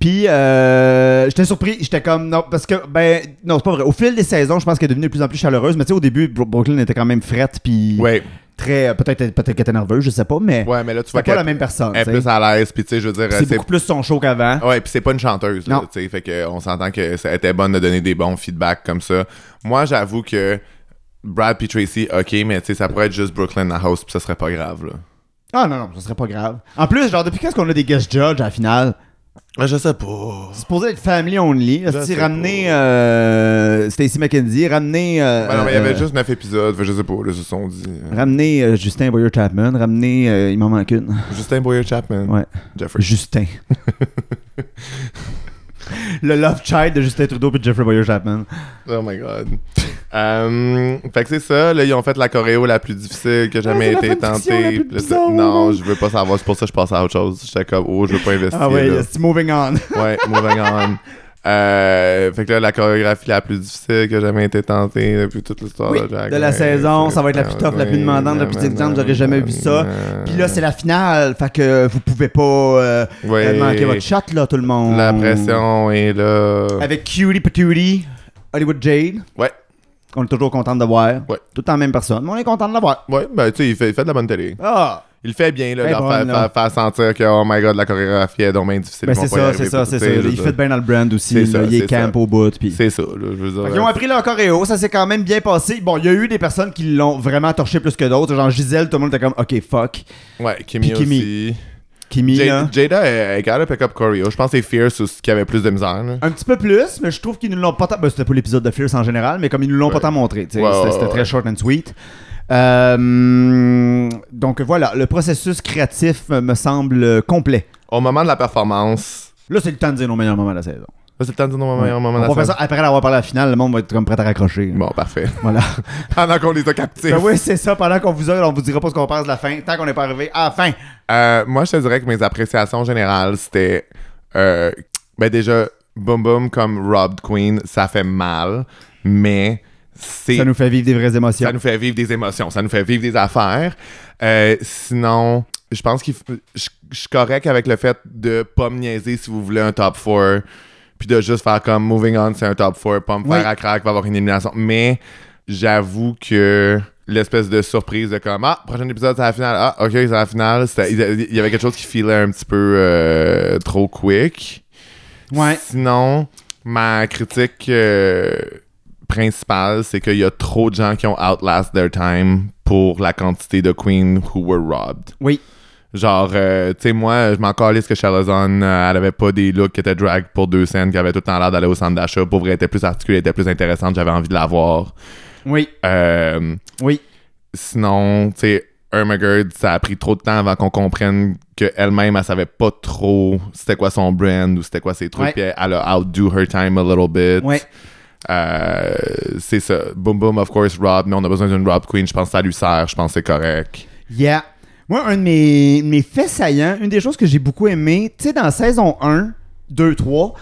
Puis, euh, j'étais surpris. J'étais comme, non, parce que, ben, non, c'est pas vrai. Au fil des saisons, je pense qu'elle est devenue de plus en plus chaleureuse. Mais tu sais, au début, Bro- Brooklyn était quand même frette. Puis
Ouais.
très euh, peut-être peut-être qu'elle était nerveuse, je sais pas, mais
Ouais, mais là, tu vois
c'est pas
qu'elle
la même personne.
elle est
tu sais.
plus à l'aise, puis tu sais, je veux dire,
C'est beaucoup plus son show qu'avant.
Ouais, puis c'est pas une chanteuse,
Non.
là, tu sais, fait que on s'entend que ça était bonne de donner des bons feedbacks comme ça. Moi, j'avoue que Brad puis Tracy, ok, mais tu sais, ça pourrait être juste Brooklyn House, puis ça serait pas grave, là.
Ah non, non, ça serait pas grave. En plus, genre, depuis quand est-ce qu'on a des guest judges à la finale?
Ah, je sais pas.
C'est supposé être family only. Là, si
sais
ramener euh, Stacy McKenzie, ramener. euh,
non, mais il y
euh,
avait juste 9 épisodes, fait que je sais pas, là, se sont dit. euh,
Ramener euh, Justin Boyer Chapman, ramener. euh, il m'en manque une.
Justin Boyer Chapman.
Ouais.
Jeffrey.
Justin. Le love child de Justin Trudeau et Jeffrey Boyer Chapman. Ah
Oh my god. Euh, fait que c'est ça, là, ils ont fait la choréo la plus difficile que jamais
c'est la
été
fanfiction
tentée.
la plus
puis là,
bizarre au
non,
monde.
je veux pas savoir, c'est pour ça que je passe à autre chose. J'étais comme, oh, je veux pas investir.
Ah ouais,
là.
c'est moving on.
Ouais, moving on. Euh, fait que là, la chorégraphie la plus difficile que j'ai jamais été tentée depuis toute l'histoire
Oui,
de Jack.
de la saison, ça va être la plus tough, la plus demandante, la plus exigeante, j'aurais jamais vu ça. Puis là, c'est la finale, fait que vous pouvez pas euh,
Ouais.
euh, manquer votre shot, là, tout le monde.
La pression est là.
Avec Cutie Patootie, Hollywood Jade,
Ouais,
qu'on est toujours content de voir.
Ouais.
Tout en même personne, mais on est content de la voir.
ouais, ben tu sais, il fait, il fait de la bonne télé.
Ah!
Il Il fait bien, là,
Elle est
de leur
bonne,
faire,
là.
faire- faire sentir que, oh my god, la chorégraphie est donc bien difficile.
Ben,
ils vont
c'est
pas y
ça,
arriver,
c'est ça,
puis
c'est
tout,
ça.
tu sais,
Il
je
fait
veux
bien dans le brand
C'est
aussi.
ça,
là, Il est
c'est
camp
ça.
au bout. puis-
dire. C'est ça, là, je veux dire.
Ils ont appris leur choréo, ça s'est quand même bien passé. Bon, il y a eu des personnes qui l'ont vraiment torché plus que d'autres. Genre Gisèle, tout le monde était comme, ok, fuck.
Ouais, Kimi,
Puis Kimi.
aussi.
Kimi, hein.
J-
là.
Jada est capable de pick up choreo. Je pense que c'est Fierce aussi qui avait plus de misère. là.
Un petit peu plus, mais je trouve qu'ils nous l'ont pas tant. Ben, c'était pas l'épisode de Fierce en général, mais comme ils nous l'ont pas tant montré. tu sais,
Ouais,
c'était
ouais,
c'était
ouais.
très short and sweet. Euh, donc voilà, le processus créatif me semble complet.
Au moment de la performance,
Là, c'est le temps de dire nos meilleurs moments de la saison.
là, c'est le temps de dire nos meilleurs moments de la
On va faire
saison.
ça après l'avoir parlé à la finale, le monde va être comme prêt à raccrocher.
Bon, parfait.
Voilà.
Pendant qu'on les a captifs.
Ben oui, c'est ça. Pendant qu'on vous a, on vous dira pas ce qu'on pense de la fin, tant qu'on n'est pas arrivé à la fin.
Euh, moi, je te dirais que mes appréciations générales, c'était. euh, ben, déjà, Boom Boom comme Rob Queen, ça fait mal, mais c'est.
Ça nous fait vivre des vraies émotions.
ça nous fait vivre des émotions, ça nous fait vivre des affaires. Euh, sinon, je pense qu'il f- je je suis correct avec le fait de pas me niaiser si vous voulez un top 4, puis de juste faire comme moving on, c'est un top 4, pas me
Oui.
faire à crack, va avoir une élimination. Mais j'avoue que l'espèce de surprise de comme ah prochain épisode c'est la finale ah ok c'est la finale C'était- il il y avait quelque chose qui filait un petit peu euh, trop quick
Ouais.
Sinon, ma critique euh, principale, c'est qu'il y a trop de gens qui ont outlast their time pour la quantité de queens who were robbed.
Oui.
Genre, euh, tu sais, moi, je m'en calais que Charlazon, elle avait pas des looks qui étaient drag pour deux scènes, qui avait tout le temps l'air d'aller au centre d'achat. Pour vrai, elle était plus articulée, elle était plus intéressante, j'avais envie de la voir.
Oui.
Euh,
Oui.
sinon, tu sais, Ermagerd, ça a pris trop de temps avant qu'on comprenne qu'elle-même, elle savait pas trop c'était quoi son brand ou c'était quoi ses trucs.
Ouais.
Puis elle, elle a outdo her time a little bit.
Ouais.
Euh, c'est ça. Boom Boom, of course, Rob, mais on a besoin d'une Rob Queen. Je pense que ça lui sert. Je pense que c'est correct.
Yeah. Moi, un de mes, mes faits saillants, une des choses que j'ai beaucoup aimé, tu sais, dans saison 1, 2, 3,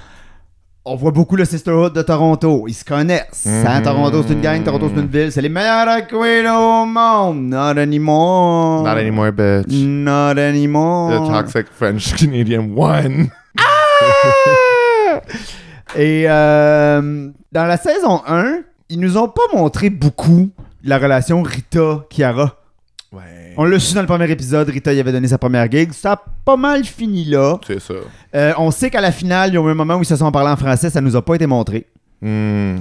on voit beaucoup le Sisterhood de Toronto. Ils se connaissent.
Mm-hmm.
Hein, Toronto, c'est une gang. Toronto, c'est une ville. C'est les meilleurs queens au monde. Not anymore.
Not anymore, bitch.
Not anymore.
The toxic French Canadian one.
Et euh, dans la saison 1, ils nous ont pas montré beaucoup la relation Rita-Kiara.
Ouais.
On l'a su dans le premier épisode, Rita y avait donné sa première gig. Ça a pas mal fini là.
C'est ça.
Euh, on sait qu'à la finale, il y a eu un moment où ils se sont parlé en français, ça nous a pas été montré.
Hmm.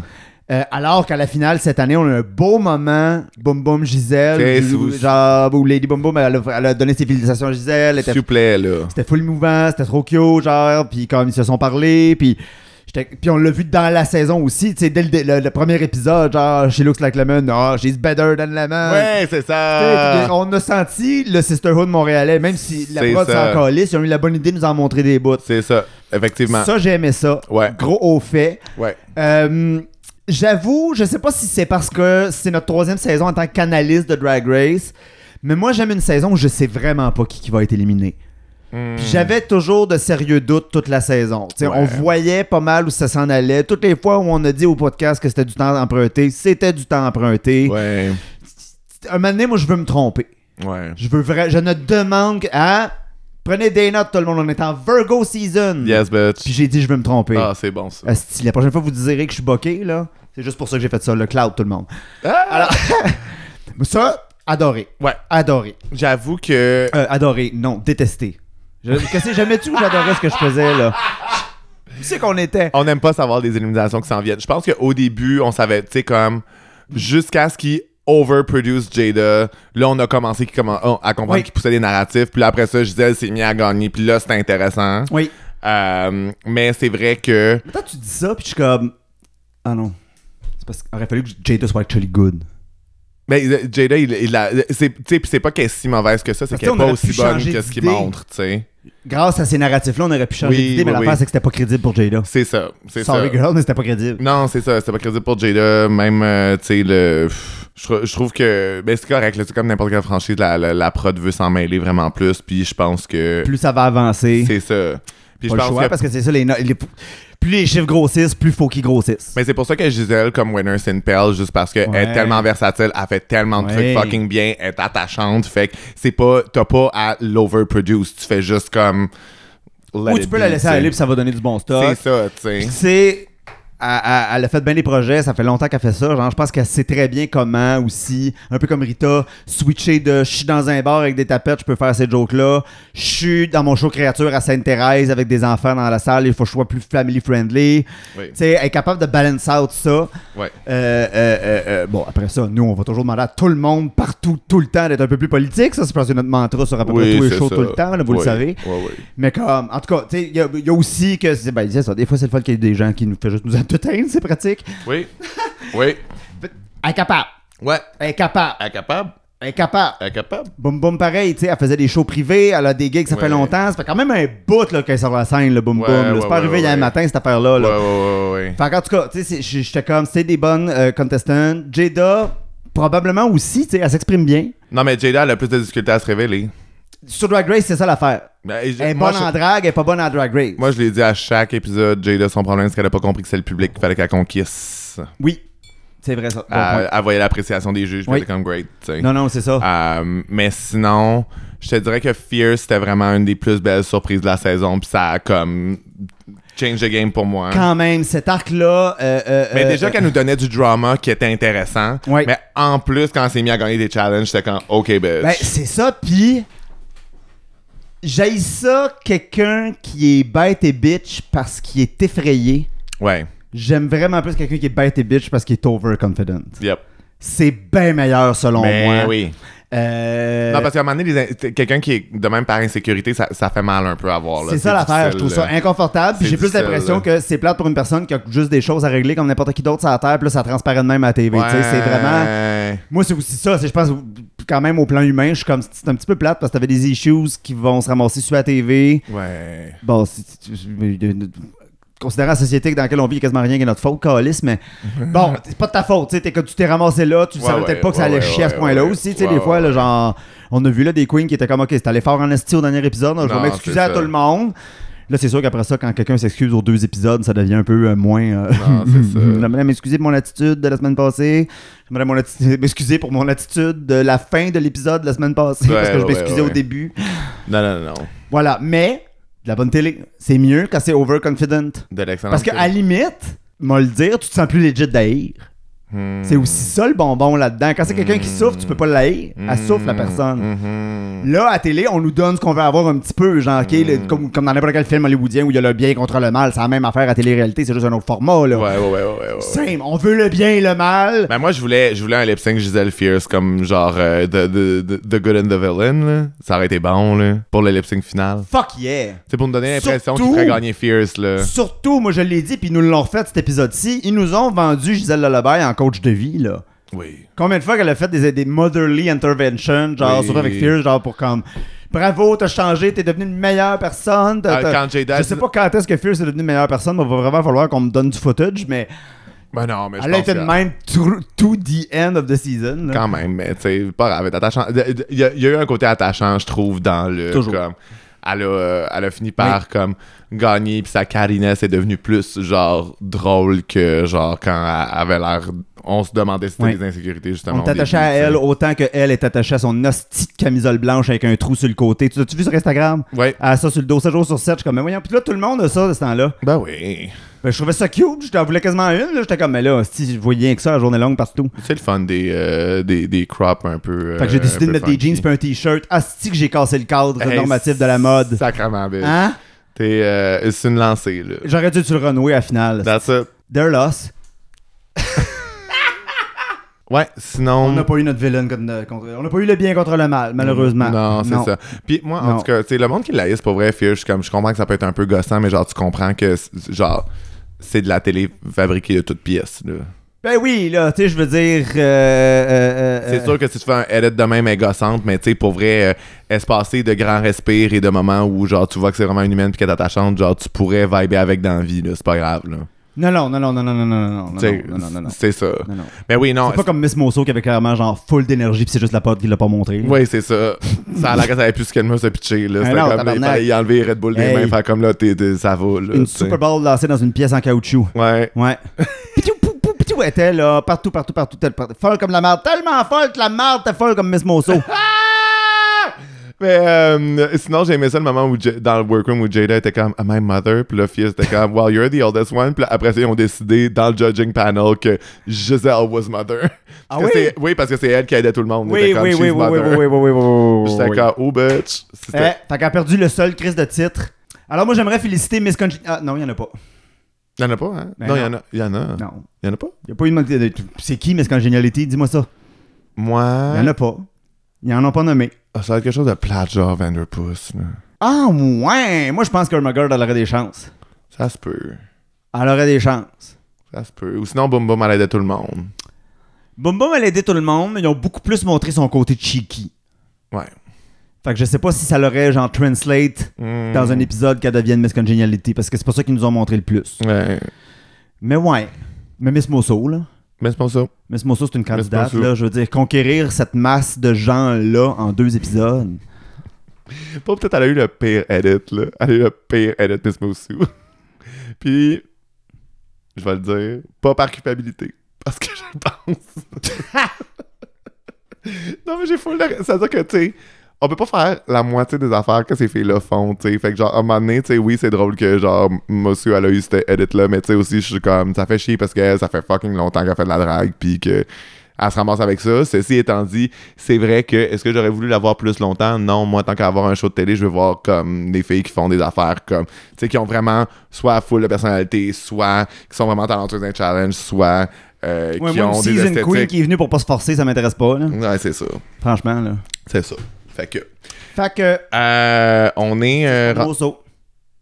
Euh, alors qu'à la finale, cette année, on a eu un beau moment, Boum Boum Gisèle,
Qu'est-ce
où-
que vous-
genre, où Lady Boum Boum, elle, a- elle a donné ses félicitations à Gisèle, elle était
S'il vous plaît, là.
c'était full mouvant, c'était trop cute, genre, puis comme ils se sont parlé, puis j'étais- puis on l'a vu dans la saison aussi, tu sais, dès le, dé- le- le premier épisode, genre, she looks like lemon, oh, she's better than lemon.
Ouais, c'est
Tu sais,
ça.
On a senti le sisterhood montréalais, même si la
Euh, C'est
prod
ça.
s'en calisse, ils ont eu la bonne idée de nous en montrer des bouts.
C'est ça. Effectivement.
Ça, j'aimais ça.
Ouais.
Gros au fait.
Ouais.
Euh, J'avoue, je sais pas si c'est parce que c'est notre troisième saison en tant qu'analyste de Drag Race, mais moi j'aime une saison où je sais vraiment pas qui, qui va être éliminé.
Hmm.
Puis J'avais toujours de sérieux doutes toute la saison. Tu sais,
Ouais.
On voyait pas mal où ça s'en allait. Toutes les fois où on a dit au podcast que c'était du temps emprunté, c'était du temps emprunté.
Ouais.
Un moment donné, moi, je veux me tromper.
Ouais.
Je veux vrai, je ne demande que- à prenez des notes tout le monde. On est en Virgo season.
Yes,
Puis
bitch.
j'ai dit je veux me tromper.
Ah, c'est bon, ça.
Asti, la prochaine fois vous direz que je suis boqué là, c'est juste pour ça que j'ai fait ça le cloud tout le monde. Alors Mais ça adoré.
Ouais.
Adoré.
J'avoue que.
Euh, adoré, non, détesté. Je que jamais tu où j'adorais ce que je faisais là. Tu sais qu'on était
On n'aime pas savoir des éliminations qui s'en viennent. Je pense qu'au début, on savait, tu sais, comme, jusqu'à ce qu'ils overproduce Jada, là, on a commencé qu'il commen- oh, à comprendre
Oui.
qu'il poussait des narratifs. Puis là, après ça, Gisèle s'est mis à gagner. Puis là, c'était intéressant.
Oui.
Euh, mais c'est vrai que.
Maintenant tu dis ça puis je suis comme ah non. C'est parce qu'il aurait fallu que Jada soit actually good.
Ben, euh, Jada, il, il a- c'est- tu sais, puis c'est pas qu'elle est si mauvaise que ça, c'est
Parce
qu'elle
que
est
on
pas
aurait
aussi
pu
bonne
changer
que ce qu'il
d'idée.
montre, tu sais.
Grâce à ces narratifs là, on aurait pu changer
Oui,
d'idée mais
oui,
l'affaire
oui.
c'est que c'était pas crédible pour Jada.
C'est ça. C'est ça.
Sorry girl, mais c'était pas crédible.
Non, c'est ça, c'était pas crédible pour Jada, même, euh, tu sais, le... pff, Je, tr- je trouve que... Ben, c'est correct, là, c'est comme n'importe quelle franchise, la, la, la prod veut s'en mêler vraiment plus, puis je pense que...
Plus ça va avancer,
C'est ça. Puis je
pas le
pense
choix,
que...
parce que c'est ça les, no- les- plus les chiffres grossissent, plus faut qu'ils grossissent.
Mais c'est pour ça que Gisèle, comme winner, c'est une perle, juste parce qu'elle
Ouais.
est tellement versatile, elle fait tellement de
Ouais.
trucs fucking bien, elle est attachante, fait que c'est pas... T'as pas à l'overproduce, tu fais juste comme... let
Ou tu
it
peux
be,
la laisser
tu sais.
aller puis ça va donner du bon stock.
C'est ça, tu sais.
C'est elle, elle- elle a fait bien des projets, ça fait longtemps qu'elle fait ça. Genre, je pense qu'elle sait très bien comment aussi, un peu comme Rita, switcher de je suis dans un bar avec des tapettes, je peux faire ces jokes-là. Je suis dans mon show créature à Sainte-Thérèse avec des enfants dans la salle, il faut que je sois plus family-friendly.
Oui.
Tu sais, elle est capable de balance out ça.
Ouais.
Euh, euh, euh, euh, bon, après ça, nous, on va toujours demander à tout le monde, partout, tout le temps, d'être un peu plus politique. Ça, c'est parce que notre mantra sur à peu près tous les
c'est
shows
ça.
tout le temps, là, vous le
Oui,
savez.
oui, oui.
Mais comme, en tout cas, tu sais, il y, a- il y a aussi que, c'est- ben, c'est ça, des fois, c'est le fun qu'il y ait des gens qui nous fait juste nous entertain, c'est pratique.
Oui. oui.
Incapable,
Ouais.
incapable,
Incapable.
incapable.
Incapable.
Boum Boum pareil, tu sais, elle faisait des shows privés, elle a des gigs, ça
Ouais.
fait longtemps, ça fait quand même un bout là, qu'elle sort la scène, le Boum
Ouais,
Boum. là.
ouais,
c'est pas
ouais,
arrivé
ouais,
hier
ouais.
matin, cette affaire-là.
Ouais, ouais,
Là.
ouais, ouais.
Fait qu'en tout cas, tu sais, c'est- j'étais comme, c'est des bonnes euh, contestants. Jada, probablement aussi, tu sais, elle s'exprime bien.
Non, mais Jada, elle a plus de difficultés à se révéler.
Sur Drag Race, c'est ça l'affaire.
Ben, et je-
Elle est
moi,
bonne en
je,
drague, elle est pas bonne en Drag Race.
moi, je l'ai dit à chaque épisode, Jada, son problème, c'est qu'elle a pas compris que c'est le public qu'il fallait qu'elle conquisse.
Oui, c'est vrai ça. Bon
elle, elle voyait l'appréciation des juges,
Oui.
c'était comme great, tu sais.
point. Non, non, c'est ça.
Euh, mais sinon, je te dirais que Fear, c'était vraiment une des plus belles surprises de la saison, puis ça a comme change the game pour moi.
Quand même, cet arc-là. euh, euh,
ah. Mais
euh,
déjà
euh,
qu'elle nous donnait du drama qui était intéressant,
Ouais.
mais en plus, quand elle s'est mis à gagner des challenges, c'était comme « OK, bitch
Ben, c'est ça, puis. J'aille ça, quelqu'un qui est bête et bitch parce qu'il est effrayé.
Ouais,
J'aime vraiment plus quelqu'un qui est bête et bitch parce qu'il est overconfident.
yep.
C'est bien meilleur selon
Mais
moi.
Ben oui.
Euh,
Non, parce qu'à un moment donné, les in- t- quelqu'un qui est de même par insécurité, ça, ça fait mal un peu à voir. Oh, là.
C'est ça l'affaire,
difficile,
je trouve ça
là.
inconfortable. Puis
C'est
j'ai plus
difficile,
l'impression
là.
que c'est plate pour une personne qui a juste des choses à régler comme n'importe qui d'autre sur la terre, puis là, ça transparaît de même à la TV. tu sais, C'est vraiment.
Ouais.
Moi, c'est aussi ça. c'est- Je pense quand même au plan humain, je suis comme. C'est un petit peu plate parce que t'avais des issues qui vont se ramasser sur la TV.
Ouais.
Bon, c'est- c'est- considérant la société dans laquelle on vit, il y a quasiment rien qui est notre faute, Calis, mais bon, c'est pas de ta faute. Tu sais, t'es- que tu t'es ramassé là, tu
Ouais,
savais
ouais,
peut-être pas que ça
ouais,
allait
ouais,
chier à ce
ouais,
point-là
ouais.
aussi. Tu sais,
Ouais,
des fois,
ouais,
là,
ouais.
genre, on a vu là des queens qui étaient comme, OK, c'était allé fort en esti au dernier épisode, donc je
Non,
vais m'excuser
c'est
à
ça.
tout le monde. Là, c'est sûr qu'après ça, quand quelqu'un s'excuse aux deux épisodes, ça devient un peu euh, moins. euh,
Non, c'est ça.
J'aimerais m'excuser de mon attitude de la semaine passée. J'aimerais mon atti- m'excuser pour mon attitude de la fin de l'épisode de la semaine passée
Ouais,
parce que je
ouais,
m'excusais au
ouais.
début.
Non, non, non, non.
Voilà, mais de la bonne télé, c'est mieux quand c'est overconfident.
De l'excellent.
Parce qu'à limite, moi le dire, tu te sens plus legit d'haïr.
Hmm.
C'est aussi ça le bonbon là-dedans. Quand c'est quelqu'un qui souffre, tu peux pas l'haïr. Elle
Hmm.
souffre la personne.
Mhm.
Là, à télé, on nous donne ce qu'on veut avoir un petit peu, genre, ok, le-
Hmm.
comme, comme dans n'importe quel film hollywoodien où il y a le bien contre le mal, c'est la même affaire à télé-réalité, c'est juste un autre format, là.
Ouais, ouais, ouais, ouais, ouais, ouais.
Same, on veut le bien et le mal.
Ben moi je voulais je voulais un lip sync Giselle Fierce comme genre euh, the, the, the, the Good and the Villain là. ça aurait été bon là pour le lip sync final.
Fuck yeah!
C'est pour me donner l'impression qu'il
Surtout-
ferait gagner Fierce là.
Surtout, moi je l'ai dit, puis ils nous l'ont refait cet épisode-ci, ils nous ont vendu Gisèle Lullaby en coach de vie, là.
Oui.
Combien de fois qu'elle a fait des, des motherly interventions, genre,
Oui.
surtout avec Fear, genre pour comme bravo, t'as changé, t'es devenu une meilleure personne. t'as-
Ah,
t'as-
quand Jada
je sais pas quand est-ce que Fear est devenu une meilleure personne, mais va vraiment falloir qu'on me donne du footage, mais
Ben non mais je
elle a
pense
été de
que-
même through to the end of the season. là.
quand même mais tu sais pas grave elle est attachant De- de- il y, a- il y a eu un côté attachant je trouve dans le
Toujours.
comme elle a, euh, elle a fini par comme gagner puis sa cariness est devenue plus genre drôle que genre quand elle avait l'air on se demandait si c'était
Oui.
des insécurités justement.
On
au
t'attachait
début,
à
tu sais.
elle autant que elle est attachée à son hostie de camisole blanche avec un trou sur le côté. Tu l'as-tu vu sur Instagram?
Ouais.
Elle a ça sur le dos 7 jours sur 7, je suis comme, mais voyons. Puis là, tout le monde a ça de ce temps-là.
Ben oui.
Ben, je trouvais ça cute, j'en voulais quasiment une. là. J'étais comme, mais là, si je voyais rien que ça, la journée longue partout.
C'est le fun des, euh, des, des crops un peu. euh,
Fait que j'ai décidé
un
de
peu
mettre des
funky.
jeans puis un t-shirt. Asti que j'ai cassé le cadre
Hey,
normatif de la mode.
Sacrement, bitch.
Hein?
T'es, euh, c'est une lancée, là.
J'aurais dû te le renouer à la finale.
That's it.
They're lost.
Ouais, sinon.
On n'a pas eu notre villain contre, contre- On n'a pas eu le bien contre le mal, malheureusement.
Non, c'est ça. Puis moi, en
Non.
tout cas, tu sais, le monde qui laïsse, pour vrai, Fear, je, suis comme, je comprends que ça peut être un peu gossant, mais genre, tu comprends que, c'est- genre, c'est de la télé fabriquée de toutes pièces, là.
Ben oui, là, tu sais, je veux dire. euh, euh, euh,
C'est sûr que si tu fais un edit de même est gossante, mais tu sais, pour vrai, euh, espacé de grands respires et de moments où, genre, tu vois que c'est vraiment une humaine puis qu'elle est attachante, genre, tu pourrais vibrer avec dans la vie, là. C'est pas grave, là.
Non, non, non, non, non, non, non, non, non, non,
Tu sais,
non, non, non, non.
C'est ça.
Non, non.
Mais oui, non.
C'est pas comme Miss Mosso qui avait clairement genre full d'énergie puis c'est juste la pote qui l'a pas montré. là.
Oui, c'est ça. Ça a l'air que ça avait plus ce qu'elle me se pitcher. Là.
Ah
C'était
non,
comme,
tabarnak.
il fallait y enlever Red Bull des
Hey.
mains, faire comme là, t'es, t'es- ça va. Là,
Une
tu sais.
Super Bowl lancée dans une pièce en caoutchouc.
Ouais.
Ouais. Pitou, pou, pou, pitou, elle était là, partout, partout, partout, telle, partout. Folle comme la merde. Tellement folle que la merde était folle comme Miss Mosso.
Ah! Mais euh, sinon, j'ai aimé ça le moment où J- dans le workroom où Jada était comme ah, My mother, puis le fils était comme Well, you're the oldest one. Puis là, après ça, ils ont décidé dans le judging panel que Giselle was mother.
Ah
Parce que
oui?
c'est- Oui, parce que c'est elle qui aidait tout le monde. Était
Oui,
comme,
oui,
She's
oui, oui, oui,
mother.
oui, oui, oui, oui, oui,
J'étais
oui.
comme Oh, bitch. C'était-
Eh, T'as qu'à perdu le seul crise de titre. Alors moi, j'aimerais féliciter Miss Conchi... Ah, non, il n'y en a pas.
Y'en a pas, hein?
Ben
non,
non.
y'en a. Y'en a.
Non.
Y'en a pas?
Il n'y a pas eu de... de- C'est qui Miss Congeniality? Dis-moi ça.
Moi.
Il n'y en a pas. Ils en ont pas nommé.
Ah, Ça va être quelque chose de plat, genre Vanderpuss. là.
Ah, ouais! Moi, je pense qu'Ermagerd, elle aurait des chances.
Ça se peut.
Elle aurait des chances.
Ça se peut. Ou sinon, Boum Boum, elle aidait tout le monde.
Boum Boum, elle a aidé tout le monde, mais ils ont beaucoup plus montré son côté cheeky.
Ouais.
Fait que je sais pas si ça l'aurait, genre, translate
Mm.
dans un épisode qu'elle devienne Miss Congeniality, parce que c'est pas ça qu'ils nous ont montré le plus.
Ouais.
Mais ouais. Mais Miss Mosso, là.
Mais c'est pas ça.
Miss Mosso, c'est une candidate,
Mosso.
là. Je veux dire, conquérir cette masse de gens-là en deux épisodes.
Pas peut-être elle a eu le pire edit, là. Elle a eu le pire edit, Miss Mosu. Puis, je vais le dire, pas par culpabilité. Parce que je le pense. non, mais j'ai full de... C'est-à-dire que, tu sais, on peut pas faire la moitié des affaires que ces filles-là font, tu sais. Fait que, genre, à un moment donné, tu sais, oui, c'est drôle que, genre, Mosu, elle a eu cette edit-là, mais tu sais, aussi, je suis comme, ça fait chier parce que ça fait fucking longtemps qu'elle fait de la drague, puis que... Elle se ramasse avec ça. Ceci étant dit, c'est vrai que est-ce que j'aurais voulu l'avoir plus longtemps? Non, moi, tant qu'à avoir un show de télé, je veux voir comme des filles qui font des affaires comme, tu sais, qui ont vraiment soit full de personnalité, soit qui sont vraiment talentueuses dans les challenges, soit euh,
Ouais,
qui
moi,
ont
une
des
season queen
esthétiques.
qui est venue pour pas se forcer, ça m'intéresse pas, là.
Ouais, c'est ça.
Franchement, là.
C'est ça. Fait que,
Fait que...
euh, on est. euh, ra-
Mosso.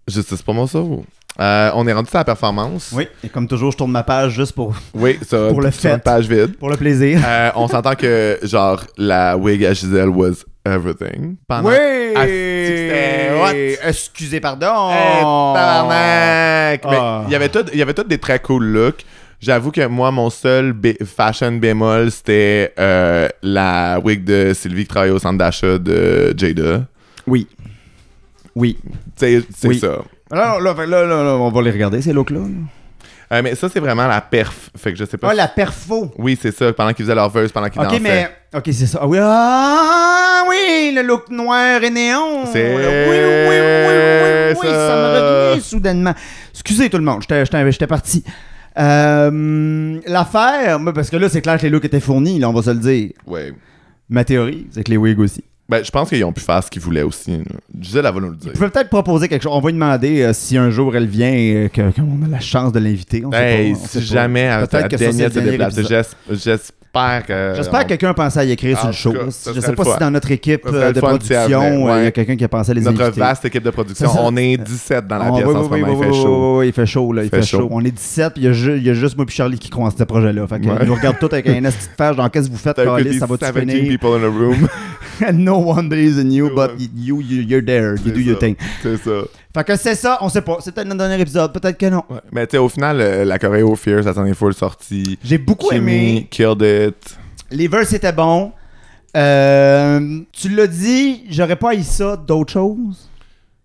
Justice pour mon sauve. Euh, on est rendu à la performance.
Oui, et comme toujours, je tourne ma page juste pour,
Oui, ça,
Pour le
sur une
fait.
page vide.
pour le plaisir.
Euh, on s'entend que, genre, la wig à Giselle was everything. Pendant Ah, c'était- what?
Excusez, pardon!
Eh, tabarnak! Mais
Ah.
il y avait tout- il y avait tous des très cool looks. J'avoue que moi, mon seul bé- fashion bémol, c'était euh, la wig de Sylvie qui travaille au centre d'achat de Jada.
Oui. Oui.
Tu sais, C'est
Oui.
ça.
Là, là, fait- là, là, là, on va les regarder, ces looks-là. là.
Euh, mais ça, c'est vraiment la perf. Fait que je sais pas.
Ah, la perfo!
Oui, c'est ça. Pendant qu'ils faisaient leur verse, pendant qu'ils
Ok,
dansaient.
mais. Ok, c'est ça. Ah oui, ah oui, le look noir et néon!
C'est
Oui, oui, oui, oui, oui, oui,
ça.
ça me revient soudainement. Excusez tout le monde, j'étais- j'étais j'étais parti. Euh, L'affaire, moi, parce que là, c'est clair que les looks étaient fournis, là, on va se le dire.
Ouais.
Ma théorie, c'est que les wigs aussi.
Ben, je pense qu'ils ont pu faire ce qu'ils voulaient aussi. là. Giselle, elle va nous le dire.
Je peux peut-être proposer quelque chose. On va lui demander euh, si un jour elle vient euh, et qu'on a la chance de l'inviter. On sait
Hey,
pas, on sait
si
pas.
jamais elle-
Peut-être
elle
que ça,
daignait
c'est
se
le dernier
déplacer,
épisode.
j'es- j'espère que.
J'espère que quelqu'un a pensé à y écrire
Ah,
sur le
euh, en
show.
tout cas, ça
je
serait
sais
le
pas
fun.
si dans notre équipe
Ça serait
euh,
le
de
fun si elle
production,
venait,
euh, il y
ouais.
a quelqu'un qui a pensé à les
Notre
inviter.
vaste équipe de production,
C'est ça.
on est 17 dans la
On-
pièce
oui,
en
oui,
ce
oui,
moment, il
oui,
fait
oui,
chaud.
oui, oui, il fait chaud, là, il, fait, chaud. On est 17, puis il y, a ju- il y a juste moi puis Charlie qui croient en ce projet-là. Fait qu'ils
Ouais.
nous regardent tous avec un esti de fâche, genre qu'est-ce que vous faites,
T'as que
Carlis,
des
ça va
17
tout finir.
people in a room.
no one believes in you,
No
but
one.
you, you, you're there, you do your
C'est ça.
thing.
C'est ça.
Fait que c'est ça, on sait pas. C'est peut-être notre dernier épisode, peut-être que non.
Ouais. Mais tu sais, au final, euh, la Coréo Fear, ça s'en est full sortie.
J'ai beaucoup aimé.
Jimmy killed it.
Les verses étaient bons. Euh, tu l'as dit, j'aurais pas eu ça d'autres choses.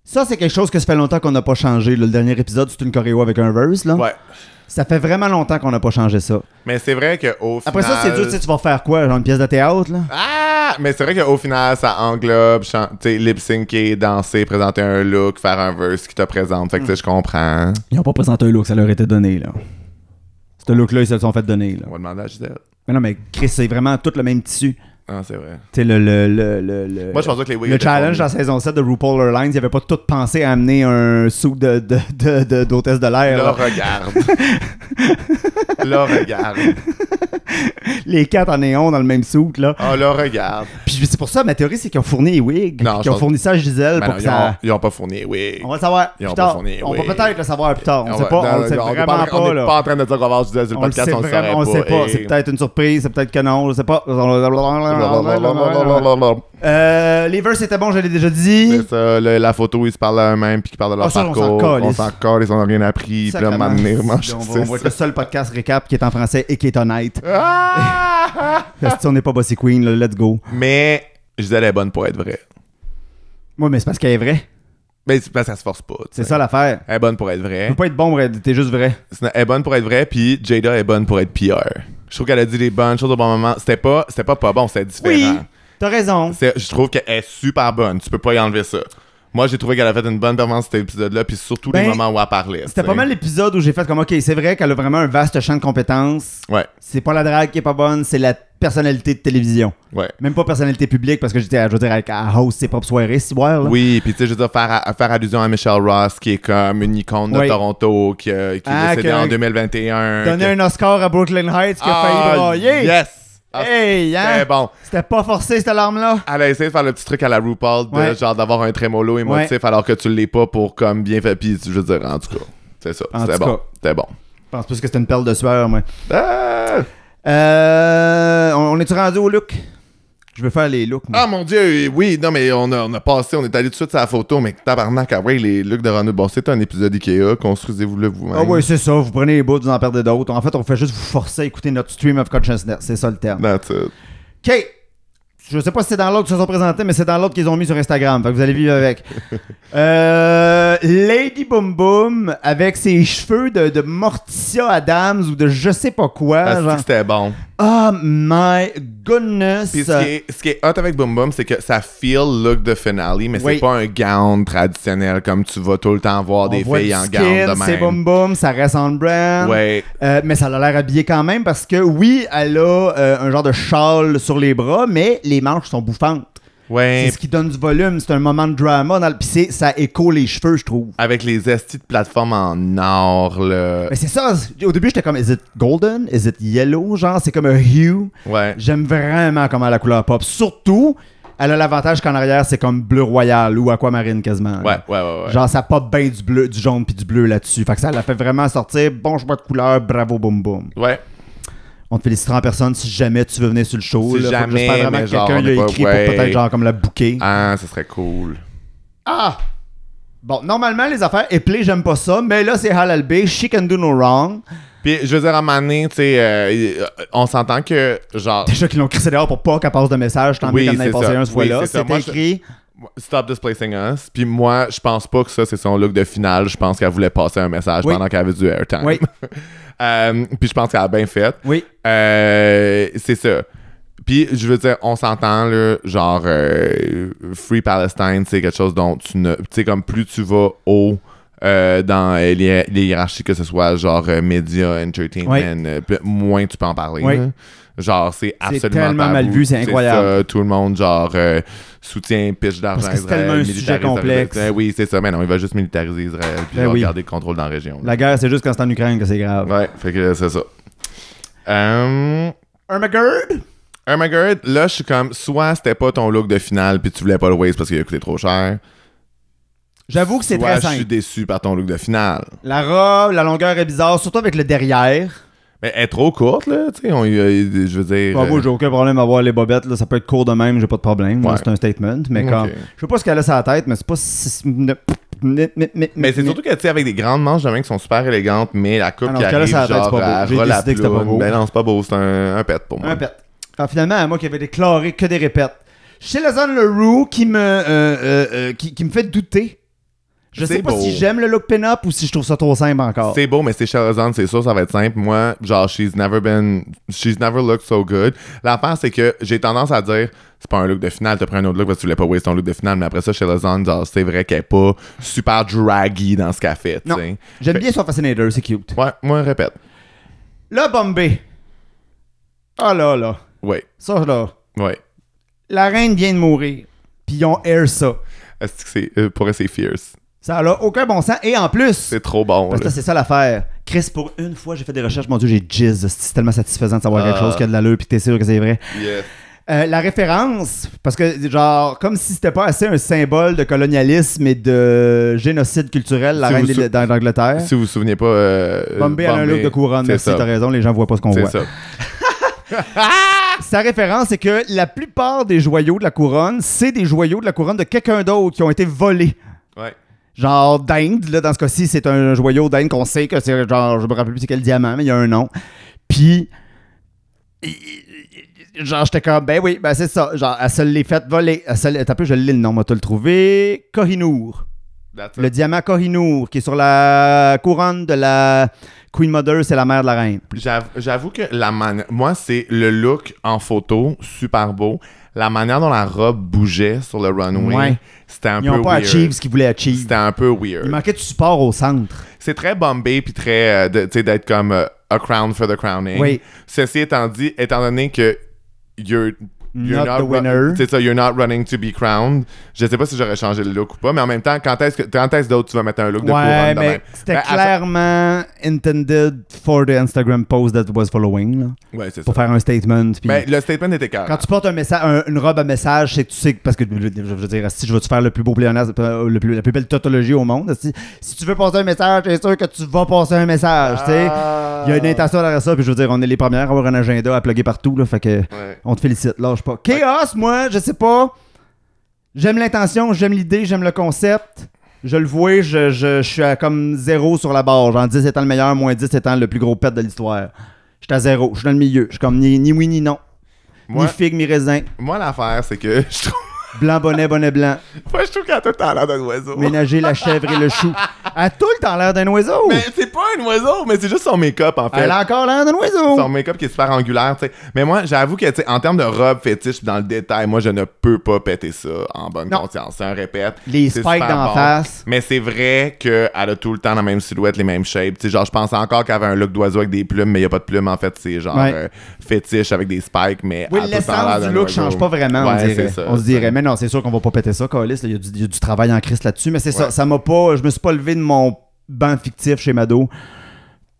Ça, c'est quelque chose que ça fait longtemps qu'on n'a pas changé. là. Le dernier épisode, c'est une choréo avec un verse. Là.
Ouais.
Ça fait vraiment longtemps qu'on n'a pas changé ça.
Mais c'est vrai qu'au final.
Après ça, c'est dur, tu sais, tu vas faire quoi? Genre une pièce de théâtre? Là?
Ah! Mais c'est vrai qu'au final, ça englobe chan- tu sais, lip-syncer, danser, présenter un look, faire un verse qui te présente. Fait que tu sais, je comprends.
Ils n'ont pas présenté un look, ça leur était donné. là. Ce look-là, ils se le sont fait donner. Là.
On va demander à Giselle.
Mais non, mais Chris, c'est vraiment tout le même tissu.
Ah, c'est vrai.
Tu sais, le, le, le, le, le-
Moi, je pensais que les wigs
Le
étaient
challenge
fournis.
dans saison 7 de RuPaul Airlines, ils n'avaient pas tout pensé à amener un sou de, de, de, de- d'hôtesse de l'air.
Là,
là.
regarde. là, regarde.
les quatre en néon dans le même souk là.
Oh, là, regarde.
Puis c'est pour ça ma théorie c'est qu'ils ont fourni les wigs,
Non,
puis
je
qu'ils ont
pense-
fourni ça à Gisèle
Ben
pour
non,
que
ils,
ça
ont, ils ont pas fourni, oui.
on va le savoir
Ils
plus
ont
tard.
pas fourni,
on
oui.
va peut-être le savoir plus tard, on, sait
va-
pas, on
non,
le sait
on peut
vraiment
on
pas
est
là.
pas en train de dire qu'on va avoir Gisèle sur le
on le
podcast,
sait
on le
vraiment,
saurait
on le sait pas,
et-
c'est peut-être une surprise, c'est peut-être que non, je sais pas. Euh, les verses étaient bons, je l'ai déjà dit.
C'est ça, le- la photo, ils se parlent à eux-mêmes puis ils parlent de leur
Ah, ça, on s'en
parcours.
calisse.
on s'en colle, ils n'ont rien appris. Puis là,
Sacrement.
m'amener,
Si, on va on va être le seul podcast récap qui est en français et qui est honnête.
Ah!
Parce que si on n'est pas Bossy Queen, là, let's go.
Mais Gisèle est bonne pour être vraie.
Moi, mais c'est parce qu'elle est vraie.
Mais c'est parce qu'elle se force pas. tu
C'est
sais.
ça l'affaire.
Elle est bonne pour être
Tu peux
vraie.
pas être bon, vrai, t'es juste vrai.
Sinon, Elle est bonne pour être vraie, puis Jada est bonne pour être PR. Je trouve qu'elle a dit les bonnes choses au bon moment. C'était pas, c'était pas pas bon, c'était différent.
Oui. T'as raison.
C'est- Je trouve qu'elle est super bonne. Tu peux pas y enlever ça. Moi, j'ai trouvé qu'elle a fait une bonne performance cet épisode-là, puis surtout
Ben,
les moments où elle parlait.
C'était
tu
pas
sais.
mal l'épisode où j'ai fait comme, OK, c'est vrai qu'elle a vraiment un vaste champ de compétences.
Ouais,
C'est pas la drague qui est pas bonne, c'est la personnalité de télévision.
ouais.
Même pas personnalité publique, parce que j'étais, je veux dire, avec- à host ses propres soirées, si well, là.
Oui, puis tu sais, je veux dire, faire, à- faire allusion à Michelle Ross, qui est comme une icône de
Oui.
Toronto, qui, a- qui
Ah,
est décédée
que-
en 2021.
Donner
qui-
un Oscar à Brooklyn Heights qui a
Ah,
failli brailler.
Yes! Ah,
Hey, hein?
Très bon.
C'était pas forcé, cette alarme-là.
Elle a essayé de faire le petit truc à la RuPaul, de,
Ouais.
genre d'avoir un trémolo émotif
Ouais.
alors que tu l'es pas pour comme bien fait. Puis je veux dire, en tout cas, c'est ça.
En
C'était
tout
bon.
cas.
C'était bon.
Je pense plus que c'était une perle de sueur, moi.
Ah!
Euh, on, on est-tu rendu au look? Je veux faire les looks, moi.
Ah mon dieu, oui, non mais on a, on a passé, on est allé tout de suite sur la photo, mais tabarnak, ah ouais, les looks de Ronald Bon, c'est un épisode Ikea, construisez-vous-le vous-même.
Ah oui, c'est ça, vous prenez les bouts, vous en perdez d'autres. En fait, on fait juste vous forcer à écouter notre stream of consciousness, c'est ça le terme.
That's it.
OK. Je sais pas si c'est dans l'autre qu'ils se sont présentés, mais c'est dans l'autre qu'ils ont mis sur Instagram. Fait que vous allez vivre avec. Euh, Lady Boom Boom avec ses cheveux de, de Morticia Adams ou de je sais pas
Ah,
quoi.
c'est-tu que
genre.
c'était bon.
Oh my goodness.
Puis ce qui, est, ce qui est hot avec Boom Boom, c'est que ça feel look de finale, mais
Oui.
c'est pas un gown traditionnel comme tu vas tout le temps voir
On
des
voit
filles
du
en
skin,
gown de
C'est
même.
Boom Boom, ça reste en brand.
Ouais.
Euh, mais ça a l'air habillée quand même parce que oui, elle a euh, un genre de châle sur les bras, mais les manches sont bouffantes.
Ouais.
C'est ce qui donne du volume, c'est un moment de drama dans le puis c'est- ça écho les cheveux, je trouve.
Avec les estis de plateforme en or, là.
Mais Ben, c'est ça, c'est- au début j'étais comme is it golden, is it yellow, genre c'est comme un hue.
Ouais.
J'aime vraiment comment la couleur pop, surtout elle a l'avantage qu'en arrière c'est comme bleu royal ou aquamarine quasiment. là.
Ouais, ouais, ouais. ouais.
Genre ça pop bien du bleu, du jaune puis du bleu là-dessus. Fait que ça la fait vraiment sortir bon choix de couleur, bravo boum boum.
Ouais.
On te félicitera en personne si jamais tu veux venir sur le show.
Si
là. Faut que
jamais,
J'espère vraiment
mais
que
genre,
quelqu'un
on
lui
est
a
pas-
écrit
ouais.
pour peut-être genre comme la bouquet.
Ah, ça serait cool.
Ah! Bon, normalement, les affaires éplées, j'aime pas ça, mais là, c'est Halal B, she can do no wrong.
Puis, je veux dire, à un moment donné, tu sais, euh, on s'entend que, genre,
Déjà qu'ils l'ont crissé dehors pour pas qu'elle passe de message, tant
Oui,
mieux qu'elle en ait
c'est
passé
ça.
un ce
Oui,
fois-là.
c'est ça.
C'était
Moi, je-
écrit.
Stop displacing us. Puis moi, je pense pas que ça, c'est son look de finale. Je pense qu'elle voulait passer un message
Oui.
pendant qu'elle avait du airtime.
Oui.
Euh, puis je pense qu'elle a bien fait.
Oui.
Euh, c'est ça. Puis je veux dire, on s'entend, là, genre, euh, Free Palestine, c'est quelque chose dont tu ne. Tu sais, comme plus tu vas haut. euh, dans euh, les, les hiérarchies, que ce soit genre euh, médias, entertainment,
Oui.
euh, puis moins tu peux en parler.
Oui.
là. Genre, c'est absolument
tellement
tabou.
mal vu, c'est incroyable.
ça, tout le monde, genre, euh, soutien, pitch d'argent.
Parce que c'est
Israël,
tellement un
militariser
sujet complexe.
Israël. Ben Oui, c'est ça. Mais non, il va juste militariser Israël puis
Ben
il va
oui.
garder le contrôle dans la région. là.
La guerre, c'est juste quand c'est en Ukraine que c'est grave.
Ouais, fait que c'est ça. Euh,
Ermagerd?
oh my God, là, je suis comme, soit c'était pas ton look de finale puis tu voulais pas le waste parce qu'il a coûté trop cher.
J'avoue que c'est
soit
très
je
simple.
suis déçu par ton look de finale.
La robe, la longueur est bizarre, surtout avec le derrière.
Mais elle est trop courte, là, tu sais. on y a- Je veux dire.
Bah, moi,
euh,
j'ai aucun problème à voir les bobettes. Là. Ça peut être court de même, j'ai pas de problème. Là,
Ouais.
C'est un statement. Mais
Ok.
quand. Je sais pas ce qu'elle a sur la tête, mais c'est pas. si- ne- Mais, mais- mais-
Mais c'est surtout que, tu sais, avec des grandes manches de main qui sont super élégantes, mais la coupe
Ah non,
qui
ce cas-là,
arrive,
ça va être
genre,
pas beau.
à
J'ai
ras la
décidé que c'était pas
ploune.
beau.
Ben non, c'est pas beau, c'est un, un pet pour moi.
Un pet. Enfin, finalement, moi qui avais déclaré que des répètes. Chez Lazan Leroux qui me, euh, euh, euh, qui, qui me fait douter. Je sais
C'est
pas
beau.
si j'aime le look pin-up ou si je trouve ça trop simple encore.
C'est beau, mais c'est Sherazade, c'est sûr, ça va être simple. Moi, genre, she's never been, she's never looked so good. L'affaire, c'est que j'ai tendance à dire, c'est pas un look de finale, t'as pris un autre look parce que tu voulais pas waste ton look de finale, mais après ça, Sherazade, genre, c'est vrai qu'elle est pas super draggy dans ce qu'elle fait, tu
Non.
sais.
J'aime
Fait-
bien son fascinator, c'est cute.
Ouais, moi, répète.
Le Bombay. Ah là là.
Ouais,
Ça là.
ouais.
La reine vient de mourir. Puis ils ont air ça.
Est-ce que c'est, euh, pour elle, c'est fierce.
Ça a aucun bon sens. Et en plus.
C'est trop bon,
Parce que
là.
là, c'est ça l'affaire. Chris, pour une fois, j'ai fait des recherches. Mon Dieu, j'ai jizz. C'est tellement satisfaisant de savoir quelque
Ah.
chose qui a de l'allure puis que t'es sûr que c'est vrai.
Yes.
Euh, la référence, parce que, genre, comme si c'était pas assez un symbole de colonialisme et de génocide culturel, la
Si
reine
vous
des-
sou-
dans l'Angleterre.
Si vous vous souvenez pas, euh,
Bombay a un look de couronne.
c'est
Merci,
ça.
t'as raison, les gens voient pas ce qu'on
C'est
voit.
ça.
Sa référence, c'est que la plupart des joyaux de la couronne, c'est des joyaux de la couronne de quelqu'un d'autre qui ont été volés.
Ouais.
Genre d'Inde, là, dans ce cas-ci, c'est un joyau d'Inde qu'on sait que c'est genre, je me rappelle plus c'est quel diamant, mais il y a un nom. Puis, il- il- genre, j'étais comme, ben oui, ben c'est ça. Genre, elle se l'est faite voler. Elle se l'est- Attends un peu, je lis le nom, moi, t'as le trouvé. Kohinoor.
That's it.
Le diamant Kohinoor, qui est sur la couronne de la Queen Mother, c'est la mère de la reine.
J'av- J'avoue que la man... Moi, c'est le look en photo, super beau. la manière dont la robe bougeait sur le runway,
Ouais.
c'était un
Ils
peu
n'ont pas
weird.
achieve ce qu'ils voulaient achieve.
C'était un peu
Il
weird.
manquait de support au centre.
C'est très bombé puis très euh, de- tu sais d'être comme euh, a crown for the crowning.
Oui.
Ceci étant dit, étant donné que you're You're
Not the
ru-
winner.
C'est ça, you're not running to be crowned. Je sais pas si j'aurais changé le look ou pas, mais en même temps, quand est-ce que quand est-ce d'autre tu vas mettre un look de
ouais,
couronne de
mais
même?
c'était
Ben, à-
clairement intended for the Instagram post that was following, là,
Ouais, c'est ça. Ben,
pour faire un statement. puis-
Mais le statement était clair.
Quand tu portes un messa- un- une robe à message, c'est que tu sais que, parce que je veux dire, si je veux te faire le plus beau pléonasme, euh, le plus- la plus belle tautologie au monde, si, si tu veux passer un message, c'est sûr que tu vas passer un message, tu
Ah.
sais. Il y a une intention derrière ça, puis je veux dire, on est les premières à avoir un agenda à plugger partout, là, fait que
Ah, Ouais.
on te félicite, lâche pas. Chaos, moi, je sais pas. J'aime l'intention, j'aime l'idée, j'aime le concept. Je le vois, je, je- je suis à comme zéro sur la barre. Genre 10 étant le meilleur, moins 10 étant le plus gros pet de l'histoire. Je suis à zéro, je suis dans le milieu. Je suis comme ni, ni oui ni non.
Moi,
Ni figue, ni raisin.
moi l'affaire, c'est que je trouve,
Blanc, bonnet, bonnet blanc.
moi, je trouve qu'elle a tout le temps l'air d'un oiseau.
Ménager la chèvre et le chou. Elle a tout le temps l'air d'un oiseau.
Mais c'est pas un oiseau, mais c'est juste son make-up en fait.
Elle a encore l'air d'un
son
oiseau.
make-up qui est super angulaire, tu sais. Mais moi, j'avoue que, tu sais, en termes de robe fétiche dans le détail, moi, je ne peux pas péter ça en bonne
Non.
conscience. C'est un répète.
Les
C'est
spikes
super
d'en
bon.
face.
Mais c'est vrai qu'elle a tout le temps la même silhouette, les mêmes shapes. Tu sais, genre, je pense encore qu'elle avait un look d'oiseau avec des plumes, mais il n'y a pas de plumes, en fait. C'est genre
Ouais.
euh, fétiche avec des spikes, mais.
Oui,
elle a tout le temps l'air
l'essence
d'un
du look
oiseau.
change pas vraiment, on
Ouais,
dirait.
c'est ça.
on se dirait, mais non, c'est sûr qu'on va pas péter ça, Calis. Il y, a du- il y a du travail en crise là-dessus, mais c'est ça.
Ouais.
Ça m'a pas. Je me suis pas levé de mon banc fictif chez Mado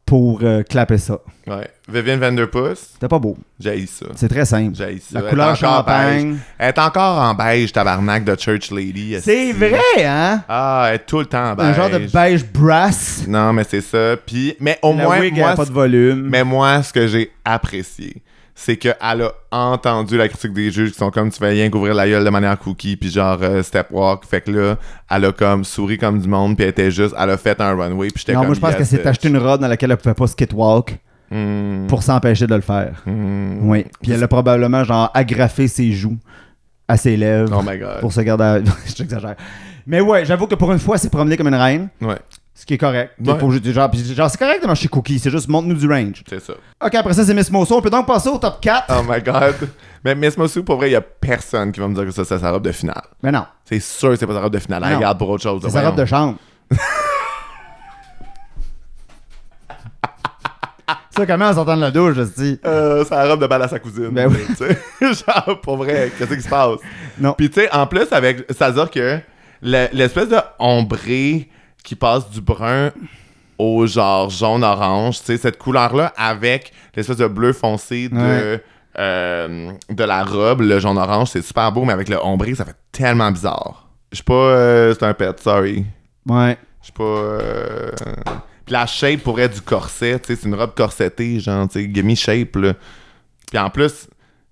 pour euh, clapper ça.
Ouais. Vivienne Vanderpuss,
C'était pas beau.
j'ai ça.
C'est très simple.
J'ai ça.
La
Elle est
couleur
encore
champagne.
beige. Elle est encore en beige, tabarnak de Church Lady.
C'est
esti.
vrai, hein?
Ah, elle est tout le temps en beige.
Un genre de beige brass.
Non, mais c'est ça. Puis, mais au
La
moins,
wig, elle
moi,
a pas
ce-
de volume.
mais moi, ce que j'ai apprécié, c'est qu'elle a entendu la critique des juges qui sont comme tu fais rien qu'ouvrir la gueule de manière cookie, puis genre euh, step walk. Fait que là, elle a comme souri comme du monde, puis elle était juste, elle a fait un runway, puis j'étais
Non,
comme. euh,
moi je pense
yes,
qu'elle s'est
bitch.
acheté une robe dans laquelle elle pouvait pas skitwalk
Hmm,
pour s'empêcher de le faire.
hmm.
Oui. Puis elle a probablement genre agrafé ses joues à ses lèvres
Oh my god.
Euh, pour se garder. à- J'exagère. Mais ouais, j'avoue que pour une fois, elle s'est promenée comme une reine,
Ouais,
ce qui est correct. T'es
Ouais.
pas obligé de- genre, puis genre, c'est correct de marcher cookie, c'est juste montre-nous du range.
c'est ça.
Ok, après ça, c'est Miss Mosso. On peut donc passer au top 4.
Oh my god. mais Miss Mossou, pour vrai, il y a personne qui va me dire que ça, c'est sa robe de finale.
Mais non,
C'est sûr que c'est pas sa robe de finale. Elle
Non.
regarde pour autre chose.
c'est sa
Ben voyons.
robe de chambre. ça, comment on s'entend de la douche, je te dis.
Euh, c'est la robe de balle à sa cousine.
Ben oui.
Tu sais, Genre, pour vrai, qu'est-ce qui se passe?
Non.
Puis, tu sais, en plus, avec. Ça veut dire que le- l'espèce de ombré qui passe du brun au genre jaune-orange, tu sais, cette couleur-là avec l'espèce de bleu foncé de.
Ouais.
euh, de la robe, le jaune-orange, c'est super beau, mais avec le ombré, ça fait tellement bizarre. Je suis pas. euh, c'est un pet, sorry.
Ouais.
Je suis pas. euh, Puis la shape pourrait être du corset, tu sais, c'est une robe corsetée, genre, tu sais, gimme shape, là. Puis en plus,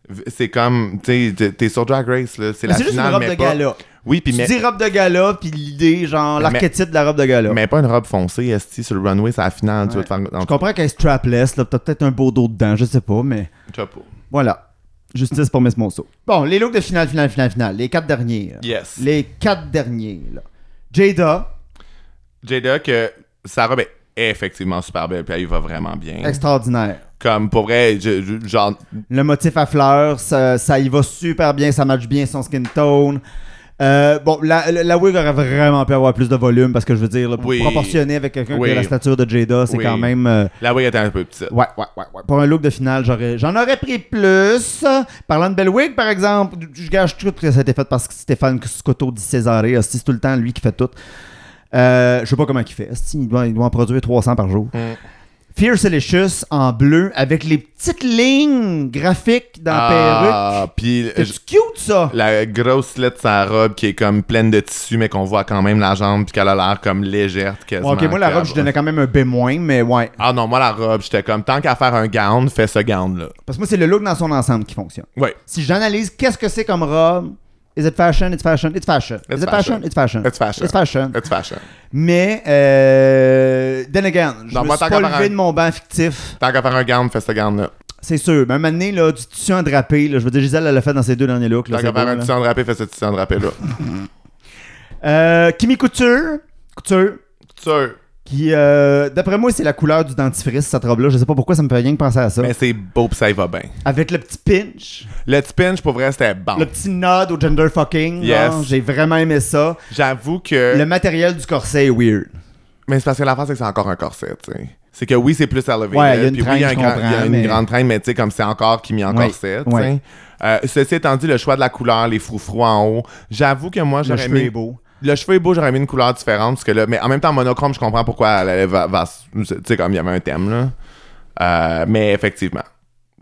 v- c'est comme, tu sais, t'es- t'es sur Drag Race, là. C'est
Mais
la
C'est juste une
finale,
robe
mais
de
pas-
gala.
Oui, puis
Tu
mais,
dis robe de gala, puis l'idée, genre,
Mais-
l'archétype de la robe de gala.
mais pas une robe foncée, esti, sur le runway, c'est la finale, tu vas te faire.
Je comprends qu'elle est strapless, là, t'as peut-être un beau dos dedans, je sais pas, mais
Chapeau.
voilà. Justice pour Miss Monceau. Bon, les looks de finale, finale, finale, finale. Les quatre derniers. là.
Yes.
Les quatre derniers, là. Jada,
Jada, que sa robe est effectivement super belle, puis elle y va vraiment bien.
extraordinaire.
Comme, pour vrai, je- je- genre,
Le motif à fleurs, ça, ça y va super bien, ça matche bien son skin tone. Euh, bon, la, la, la wig aurait vraiment pu avoir plus de volume parce que je veux dire, là, pour
Oui.
proportionner avec quelqu'un
Oui.
qui a la stature de Jada, c'est
Oui.
quand même. euh,
la wig était un peu petite.
Ouais, ouais, ouais, ouais. Pour un look de finale, j'aurais, j'en aurais pris plus. Parlant de Bellwig, par exemple, je gâche tout que ça a été fait parce que Stéphane Scotto dit Césaré. hostie, C'est tout le temps lui qui fait tout. Euh, je sais pas comment il fait. hostie, Il doit, il doit en produire 300 par jour. Fierce Delicious en bleu avec les petites lignes graphiques dans la
Ah, puis
perruque. C'est cute ça.
la grosse lettre de sa robe qui est comme pleine de tissu, mais qu'on voit quand même la jambe, puis qu'elle a l'air comme légère quasiment.
Ouais, ok, moi la robe, je donnais quand même un B-, mais ouais.
Ah non, moi la robe, j'étais comme, tant qu'à faire un gown, fais ce gown-là.
Parce que moi, c'est le look dans son ensemble qui fonctionne.
Ouais.
Si j'analyse qu'est-ce que c'est comme robe, is it fashion, it's fashion, it's fashion.
It's
is it fashion,
fashion.
it's fashion.
It's fashion.
It's fashion.
It's fashion.
Mais, euh, then again, je
Non,
me
moi,
suis
tant
pas
qu'à faire
levé
un-
de mon banc fictif.
Tant qu'à faire un gown, fais ce gown-là.
C'est sûr. Mais à un moment donné, là, du tissu en drapé, là, je veux dire, Gisèle, elle l'a fait dans ses deux derniers looks. Là,
Tant
c'est
qu'à faire
beau,
un
là.
tissu endrapé, fais ce tissu endrapé-là.
Euh, Kimi Couture. Couture.
Couture.
qui, euh, d'après moi, c'est la couleur du dentifrice, cette robe-là. Je sais pas pourquoi ça me fait rien que penser à ça.
Mais c'est beau pis ça y va bien.
Avec le petit pinch,
Le petit pinch, pour vrai, c'était bon.
le petit nod au gender fucking.
Yes. Euh.
genre, J'ai vraiment aimé ça.
J'avoue que.
Le matériel du corset est weird.
Mais c'est parce que l'affaire, c'est que c'est encore un corset, tu sais. C'est que oui, c'est plus élevé.
Ouais, il y a une
puis
traîne,
oui, il y a, un
je
grand-
comprends,
il y a une
mais-
grande traîne, mais tu sais, comme c'est encore qui mis en
Ouais,
corset, tu sais.
ouais.
Euh, ceci étant dit, le choix de la couleur, les froufrous en haut, j'avoue que moi,
Le
j'aurais
cheveu
mis...
est beau.
Le cheveu est beau, j'aurais mis une couleur différente, parce que là, mais en même temps, monochrome, je comprends pourquoi elle, elle va, va- tu sais, comme il y avait un thème, là. Euh, mais effectivement.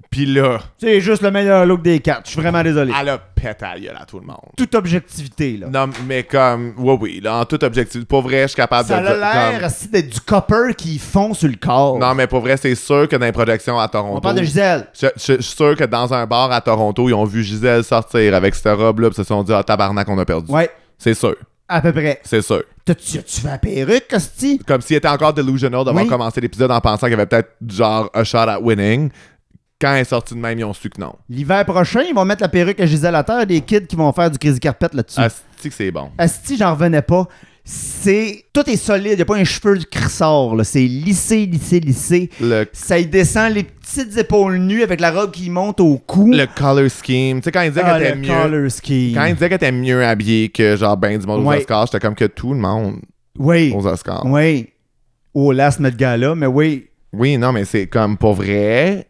Puis là,
C'est juste le meilleur look des quatre. Je suis vraiment désolé.
elle a pété la gueule à tout le monde.
Toute objectivité, là.
Ah. Non, mais comme, oui, oui, là, en toute objectivité, pour vrai, je suis capable
Ça a
de dire,
l'air
Ah, ben, comme-
aussi d'être du copper qui fond sur le corps.
Non, mais pour vrai, c'est sûr que dans les projections à Toronto.
On parle de Gisèle.
Je, je- je suis sûr que dans un bar à Toronto, ils ont vu Gisèle sortir avec cette robe-là, pis se sont dit, ah, tabarnak, on a perdu.
Ouais,
C'est sûr,
à peu près.
c'est sûr.
T'as-tu tu fais la perruque, Costi?
Comme s'il était encore delusional d'avoir
Oui.
commencé l'épisode en pensant qu'il y avait peut-être genre a shot at winning. Quand elle est sortie de même, ils ont su que non.
L'hiver prochain, ils vont mettre la perruque à Gisèle à terre, des kids qui vont faire du crazy carpet là-dessus.
Asti Ah, que c'est bon.
Asti, j'en revenais pas. C'est. Tout est solide, y a pas un cheveu qui ressort, là. C'est lissé, lissé, lissé.
Le,
Ça y descend les petites épaules nues avec la robe qui monte au cou.
le color scheme. Tu sais, quand il disait
Ah,
qu'elle était
le
mieux.
color scheme.
Quand il disait qu'elle était mieux habillée que genre ben du monde
Ouais.
aux Oscars, j'étais comme que tout le monde
Oui.
aux Oscars.
Oui. Oh, là, c'est notre gars-là, mais oui.
Oui, non, mais c'est comme pour vrai.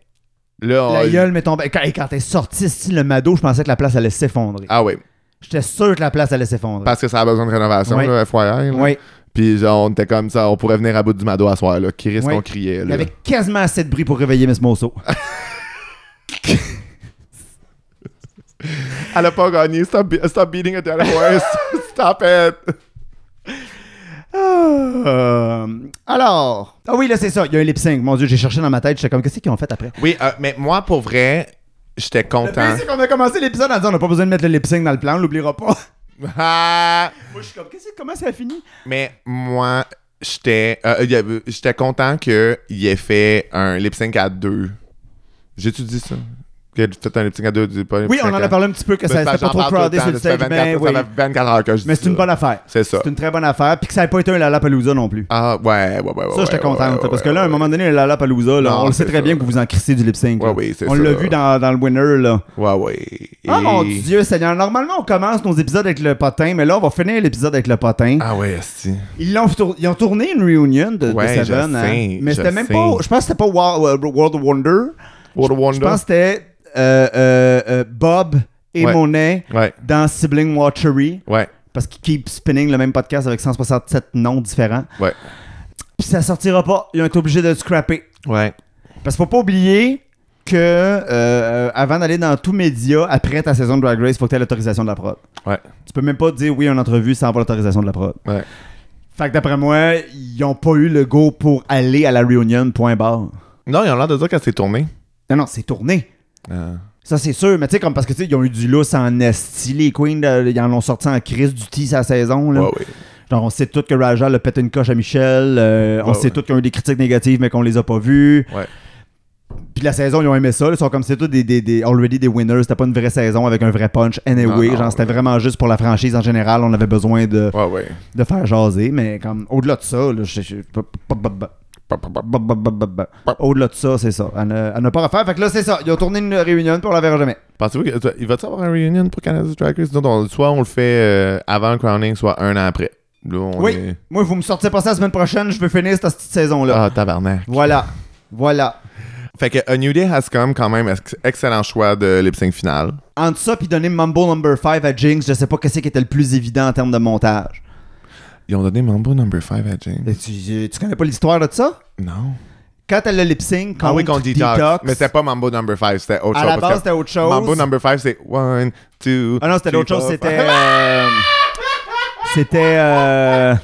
Là,
La
on-
gueule m'est tombée. Quand, quand t'es sorti, si le mado, je pensais que la place allait s'effondrer.
Ah oui,
J'étais sûr que la place allait s'effondrer.
parce que ça a besoin de rénovation,
Ouais.
là, FYI. là.
Oui.
Puis genre, on était comme ça, on pourrait venir à bout du mado à soir, là. Qui risque
Ouais.
qu'on criait,
Il y
là.
avait quasiment assez de bruit pour réveiller Miss Mosso.
Ah. Elle a pas gagné. Stop, be- stop beating a dead horse. stop it.
Euh, alors. Ah oui, là, c'est ça. Il y a un lip sync. Mon Dieu, j'ai cherché dans ma tête. J'étais comme, qu'est-ce qu'ils ont fait après?
Oui, euh, mais moi, pour vrai, j'étais
Le pire,
content.
c'est qu'on a commencé l'épisode en disant, on n'a pas besoin de mettre le lip sync dans le plan, on l'oubliera pas.
Ah!
Moi, je suis comme, qu'est-ce que- comment ça a fini?
mais moi, j'étais euh, il y avait- j'étais content qu'il ait fait un lip sync à deux. J'ai-tu dit ça? Qu'il ait fait un lip sync à deux? du- pas un
Oui,
lip
on
sync
en
à-
a parlé un petit peu que
Ben,
ça
c'est
c'était
parce que
pas
j'en
trop
parle tout le
crowded sur le
temps, ça fait
stage, mais
24
oui.
Ça fait 24 heures que je dis
Mais c'est une bonne affaire.
C'est ça.
C'est une très bonne affaire. Puis que ça n'ait pas été un Lollapalooza non plus.
Ah, ouais, ouais, ouais. ouais
Ça, j'étais
ouais,
contente.
ouais, ouais,
parce que là, à un moment donné, le Lollapalooza, là,
Non,
on le sait
c'est
très
ça.
bien que vous vous en crissez du lip sync.
Ouais,
là.
oui, c'est
on l'a
ça.
vu dans, dans le winner, là.
Ouais, ouais.
Ah
Et-
mon Dieu, Seigneur. Normalement, on commence nos épisodes avec le potin, mais là, on va finir l'épisode avec le potin.
Ah, ouais, si.
Ils, l'ont tour- ils ont tourné une reunion de, de
Ouais, je
Seven. hein.
sais,
mais
je
c'était même
sais.
pas. Je pense que c'était pas Wa- Wa- World of Wonder.
What a
Je
wonder.
pense que c'était euh, euh, euh, Bob et
Ouais.
Monet
Ouais,
dans Sibling Watchery.
ouais,
Parce qu'ils keep spinning le même podcast avec 167 noms différents.
ouais.
Puis ça sortira pas. Ils ont été obligés de le scrapper.
Ouais.
Parce qu'il faut pas oublier que euh, avant d'aller dans tout média, après ta saison de Drag Race, faut que tu aies l'autorisation de la prod.
Ouais.
Tu peux même pas dire oui à une entrevue sans avoir l'autorisation de la prod.
Ouais.
Fait que d'après moi, ils ont pas eu le go pour aller à la réunion, point barre.
Non, ils ont l'air de dire qu'elle s'est tournée.
Non, non, c'est tourné.
Euh,
Ça, c'est sûr, mais tu sais, comme parce que tu sais, ils ont eu du lousse en esti. Les Queens, là, ils en ont sorti en crise du tea sa saison.
ouais,
Là.
ouais.
Genre, on sait tous que Raja a pété une coche à Michel. euh, on
Ouais,
sait
ouais.
tous qu'ils ont eu des critiques négatives, mais qu'on les a pas vues.
Ouais.
Puis la saison, ils ont aimé ça. là. Ils sont comme c'est tous des, des, des already des winners. C'était pas une vraie saison avec un vrai punch. Anyway,
Non, non,
genre, c'était
ouais.
vraiment juste pour la franchise en général. On avait besoin de,
Ouais, ouais.
de faire jaser, mais comme au-delà de ça, là, je- je- pa- pa- pa- pa-
Pa, pa, pa.
pa- pa- pa- pa- pa- pa- au-delà de ça, c'est ça. À ne, à ne pas refaire. Fait que là, c'est ça. Ils ont tourné une réunion, puis on la verra jamais.
Pensez-vous qu'il va-tu avoir un reunion pour Canada's Drag Race? Nous autres, on- soit on le fait euh, avant le crowning, soit un an après. Là, on
oui,
est-
moi, vous me sortez pas ça la semaine prochaine. Je veux finir cette petite saison-là.
Ah, tabarnak.
Voilà. Voilà.
Fait que A New Day Has Come, quand même, ex- excellent choix de lip sync final.
Entre ça, puis donner Mumble Number 5 à Jinx, je sais pas qu'est-ce qui était le plus évident en termes de montage.
Ils ont donné Mambo Number 5 à James.
Et Tu, tu connais pas l'histoire de ça?
Non.
Quand elle le lip sync, quand
ah oui, qu'on detox. Mais c'était
c'était
pas Mambo Number 5, c'était autre
à
chose.
la
parce
base,
que
c'était autre chose.
Mambo Number 5, c'est 1, 2.
Ah non, c'était d'autres choses, c'était. euh, c'était. euh,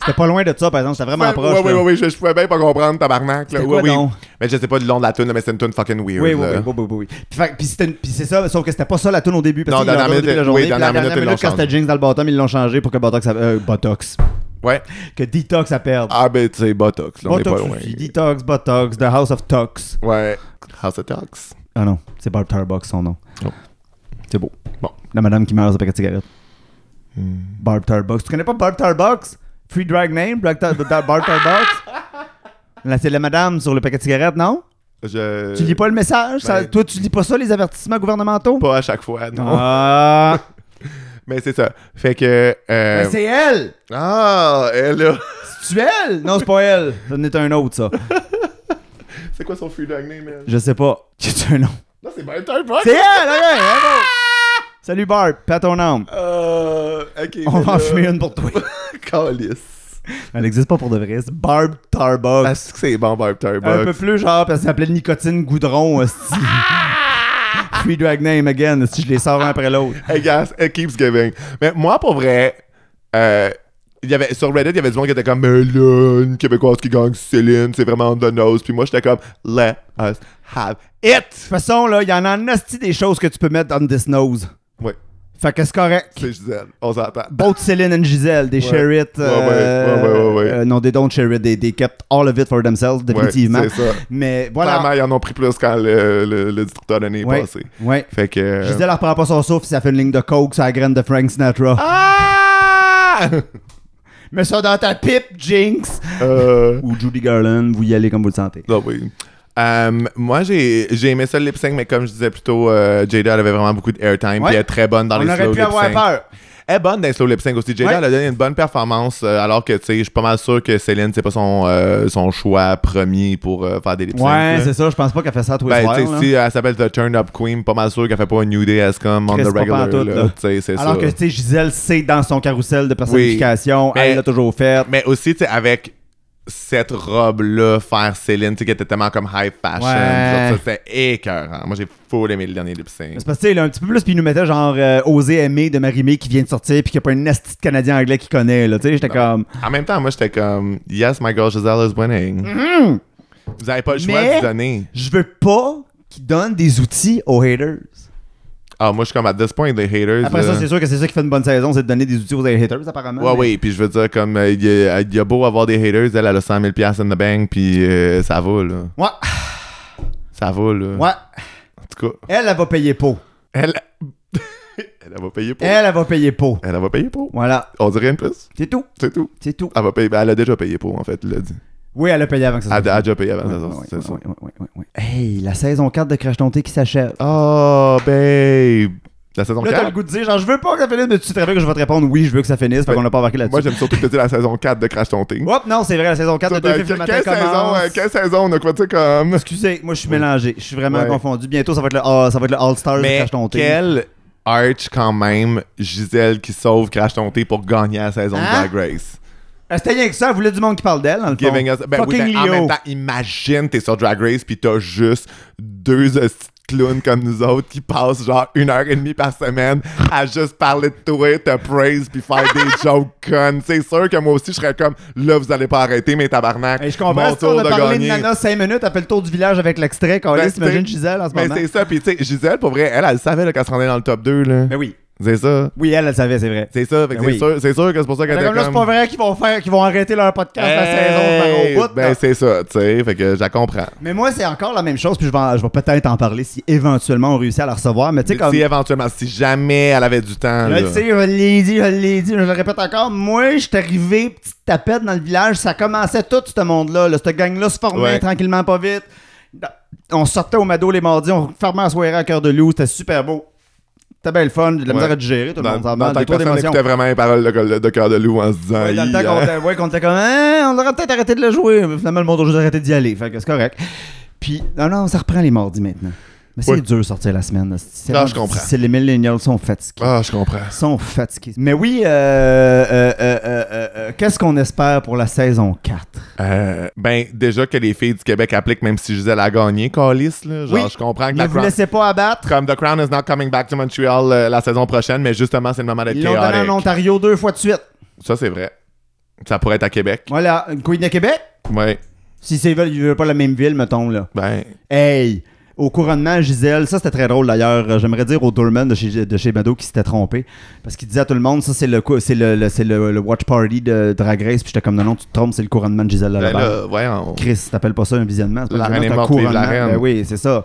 c'était pas loin de ça, par exemple, c'était vraiment
Ouais,
proche.
ouais,
là.
ouais, ouais, je, je pouvais bien pas comprendre, tabarnak. Là.
C'était
Ouais,
quoi,
oui.
donc?
Mais je sais pas du long de la tune, mais c'est une tune fucking weird.
Oui, oui,
là.
oui, oui, oui, oui. Puis, fait- puis c'était une- puis c'est ça, sauf que c'était pas ça la tune au début. Parce
Non,
qu'ils l'ont
dernière
changé au début de
minute,
la
oui,
journée, puis la
dernière
dernière
minute, ils
minute,
l'ont
quand c'était Jinx dans le bottom, ils l'ont changé pour que Botox. a- euh, Botox.
Ouais.
Que Detox a perdu.
Ah, ben, tu sais, Botox, là, on est pas
Botox
loin.
aussi, Detox, Botox, The House of Tox.
Ouais. House of Tox.
Ah non, c'est Barb Tarbox son nom.
Oh.
C'est beau.
Bon. Hmm.
La madame qui meurt dans un paquet de cigarettes. Barb Tarbox. Tu connais pas Barb Tarbox? Free Drag Name, Black Ta- Ta- Barter Box. Là, c'est la madame sur le paquet de cigarettes, non?
Je...
Tu lis pas le message? Ça-
Euh, ben-
toi, tu lis pas ça, les avertissements gouvernementaux?
Pas à chaque fois, non.
Ah!
Mais c'est ça. Fait que. euh,
Mais c'est elle!
Ah, elle a.
C'est-tu elle? Non, c'est pas elle. C'en est un autre, ça.
C'est quoi son free drag name, elle?
Je sais pas. C'est un nom.
Non, c'est Barter Box!
C'est elle! ok, bravo. Salut, Bart. Pas ton âme.
Euh. Ok.
On va en fumer une pour toi.
Calice.
Elle n'existe pas pour de vrai. C'est Barb Tarbuck.
Est-ce que c'est bon, Barter
Un peu
Box?
plus, genre, parce que ça s'appelait Nicotine Goudron, hostie.
Ah!
Free Drag Name again, si je les sors un après l'autre.
I guess it keeps giving. Mais moi, pour vrai, euh, il y avait, sur Reddit, il y avait du monde qui était comme, mais là, une Québécoise qui gagne Céline, c'est vraiment on the nose. Puis moi, j'étais comme, let us have
De
it.
toute façon, là, il y en a en hostie des choses que tu peux mettre on this nose.
Oui,
Fait que c'est correct.
c'est Gisèle, on s'entend.
Both Céline and Giselle, des share it.
Ouais,
euh,
ouais, ouais, ouais, ouais, ouais.
euh, non, they don't share it. They, they kept all of it for themselves, définitivement.
c'est ça.
Mais
Clairement,
voilà.
ils en ont pris plus quand le, le, le distributeur de nez est
Ouais,
passé.
ouais.
Fait que. euh,
Giselle, elle reprend pas son souffle, ça fait une ligne de coke sur la graine de Frank Sinatra.
Ah!
Mets ça dans ta pipe, Jinx!
Euh,
Ou Judy Garland, vous y allez comme vous le sentez.
non, oui. Um, moi, j'ai j'ai aimé ça le lip sync, mais comme je disais plus tôt, euh, Jada elle avait vraiment beaucoup d'airtime. Puis
Ouais.
elle est très bonne dans
On
les
aurait
slow
pu
lip
avoir
sync.
peur.
Elle est bonne dans les slow lip sync aussi. Jada
Ouais.
elle a donné une bonne performance, euh, alors que tu sais, je suis pas mal sûr que Céline, c'est pas son, euh, son choix premier pour euh, faire des lip syncs.
Ouais,
là.
c'est ça, je pense pas qu'elle fait ça à tous les
Ben,
soirs.
tu sais,
là.
si elle s'appelle The Turn Up Queen, pas mal sûr qu'elle fait pas un New Day as come on
Chris,
the
pas
regular.
pantoute,
là.
là.
Tu sais, c'est
Alors
ça.
que, tu sais, Gisèle, c'est dans son carrousel de personnification,
Oui, mais-
elle l'a toujours fait.
Mais aussi, tu sais, avec cette robe-là, faire Céline, tu sais, qui était tellement comme high fashion,
Ouais.
genre, ça, c'était écœurant. Moi, j'ai full aimé le dernier lip sync.
C'est parce que, tu sais, là, un petit peu plus, puis il nous mettait genre euh, Oser aimer de Marimé qui vient de sortir, puis qu'il n'y a pas un nasty de Canadien anglais qui connaît, là, tu sais, j'étais comme.
En même temps, moi, j'étais comme, yes, my girl Giselle is winning. Vous avez pas le choix
Mm-hmm. Mais-
de donner.
Je veux pas qu'ils donnent des outils aux haters.
Ah, moi, je suis comme, at this point, les haters.
Après ça,
là.
c'est sûr que c'est ça qui fait une bonne saison, c'est de donner des outils aux haters, apparemment.
Ouais,
mais-
oui, puis je veux dire, comme, euh, il y, a- il y a beau avoir des haters, elle, elle a 100 000 in the bank, puis euh, ça va, là.
Ouais,
Ça va, là.
ouais.
En tout cas,
Elle, elle va payer pour.
elle. elle va payer pour. Elle,
Elle, elle va payer pour.
va payer pour.
Voilà,
On dit rien de plus.
c'est tout,
C'est tout.
c'est tout.
Elle, va payer, elle a déjà payé pour, en fait, tu l'as dit.
Oui, elle a payé avant que ça
Elle
soit.
elle a déjà payé avant
Ouais,
ça,
ouais,
c'est
ouais,
ça.
ouais, ouais, ouais, ouais. Hey, la saison 4 de Crash Tonté qui s'achève.
Oh, babe! La saison
Là, t'as le
4?
goût de dire, genre, je veux pas que ça finisse, mais tu te rappelles que je vais te répondre, oui, je veux que ça finisse, fait
Ben,
qu'on n'a pas embarqué là-dessus.
Moi, j'aime surtout que tu la saison 4 de Crash Tonting.
Hop, non, c'est vrai, la saison 4 de Deux Fifs le matin
quelle, saison,
commence.
euh, quelle saison on a quoi, tu sais, comme.
Excusez, moi, je suis mélangé, je suis vraiment
Ouais.
confondu. Bientôt, ça va être le, ah, ça va être le All-Star de
Mais
Crash Tonté.
quel arch quand même, Gisèle qui sauve Crash Tonté pour gagner la saison
Hein?
de Drag Race.
Ah, C'était rien que ça, elle voulait du monde qui parle d'elle, dans le fond.
Giving us. Ben oui,
Fucking
ben, en
Leo.
même temps, imagine, t'es sur Drag Race pis t'as juste deux euh, petits clowns comme nous autres qui passent genre une heure et demie par semaine à juste parler de toi, te praise pis faire des jokes connes. C'est sûr que moi aussi, je serais comme là, vous allez pas arrêter, mes tabarnak.
Hey, je comprends,
Mon
si on
tour
a
de
parlé de
gagner.
Nana 5 minutes, elle fait le tour du village avec l'extrait,
Ben,
Calis,
c'est-
imagine Gisèle en ce moment.
Mais c'est ça, pis tu sais, Gisèle, pour vrai, elle, elle savait là, qu'elle se rendait dans le top 2, là.
Ben oui.
C'est ça.
Oui, elle, elle savait, c'est vrai.
C'est ça, fait que
Ben
c'est
oui.
sûr, c'est sûr que c'est pour ça qu'elle
Là,
était
comme là, c'est pas
comme...
vrai qu'ils vont faire, qu'ils vont arrêter leur podcast la
Hey!
saison, je m'en rends au bout, là.
Ben c'est ça, tu sais, fait que je la comprends.
Mais moi, c'est encore la même chose, puis je vais, en- je vais peut-être en parler si éventuellement on réussit à la recevoir. Mais tu sais, comme.
Si éventuellement, si jamais elle avait du temps, là,
Là, tu sais, je l'ai dit, je l'ai dit, je le répète encore. Moi, je suis arrivé, petite tapette dans le village, ça commençait tout ce monde-là. Là, cette gang-là se formait
Ouais.
tranquillement, pas vite. On sortait au Mado les mardis, on fermait la soirée à cœur de loup, c'était super beau. C'était bien le fun, j'ai de la
Ouais.
misère à digérer, tout le
dans,
monde s'en
dans
bat,
le temps
des
que
trop
personne
d'émotions.
n'écoutait vraiment les paroles de, de cœur de loup en se disant
Ouais, dans le temps
Hi,
qu'on
hein.
était, ouais, qu'on était comme, Hein, on aurait peut-être arrêté de le jouer. Mais finalement, le monde a juste arrêté d'y aller. Fait que c'est correct. Puis, non, non, ça reprend les mardis maintenant. Mais c'est
Oui.
dur de sortir la semaine. là. C'est
Non,
vraiment
je comprends.
difficile. Les millennials sont fatigués.
Ah, je comprends.
Ils sont fatigués. Mais oui, euh, euh, euh, euh, euh, euh, qu'est-ce qu'on espère pour la saison 4?
Euh, ben, déjà que les filles du Québec appliquent, même si Gisèle a gagné, Calis, là. Genre,
Oui.
je comprends que
Ne
la
vous
Crown.
laissez pas abattre.
Comme The Crown is not coming back to Montreal euh, la saison prochaine, mais justement, c'est le moment d'être
Ils l'ont donné en
chaotique.
Ontario deux fois de suite.
Ça, c'est vrai. Ça pourrait être à Québec.
Voilà, une Queen de Québec.
Ouais.
Si c'est ils veulent, ils veulent pas la même ville, mettons, là.
Ben.
Hey! Au couronnement, Gisèle, ça c'était très drôle d'ailleurs. Euh, J'aimerais dire au doorman de chez, de chez Mado qui s'était trompé. Parce qu'il disait à tout le monde, ça c'est le, cou- c'est le, le- c'est le, le watch party de Drag Race. Puis j'étais comme, non, non, tu te trompes, c'est le couronnement de Gisèle
ben
Lalabert.
là, voyons.
Chris, t'appelles pas ça un visionnement. c'est pas
La
un visionnement,
reine est morte,
c'est un
vive la
couronnement.
reine.
Ben oui, c'est ça.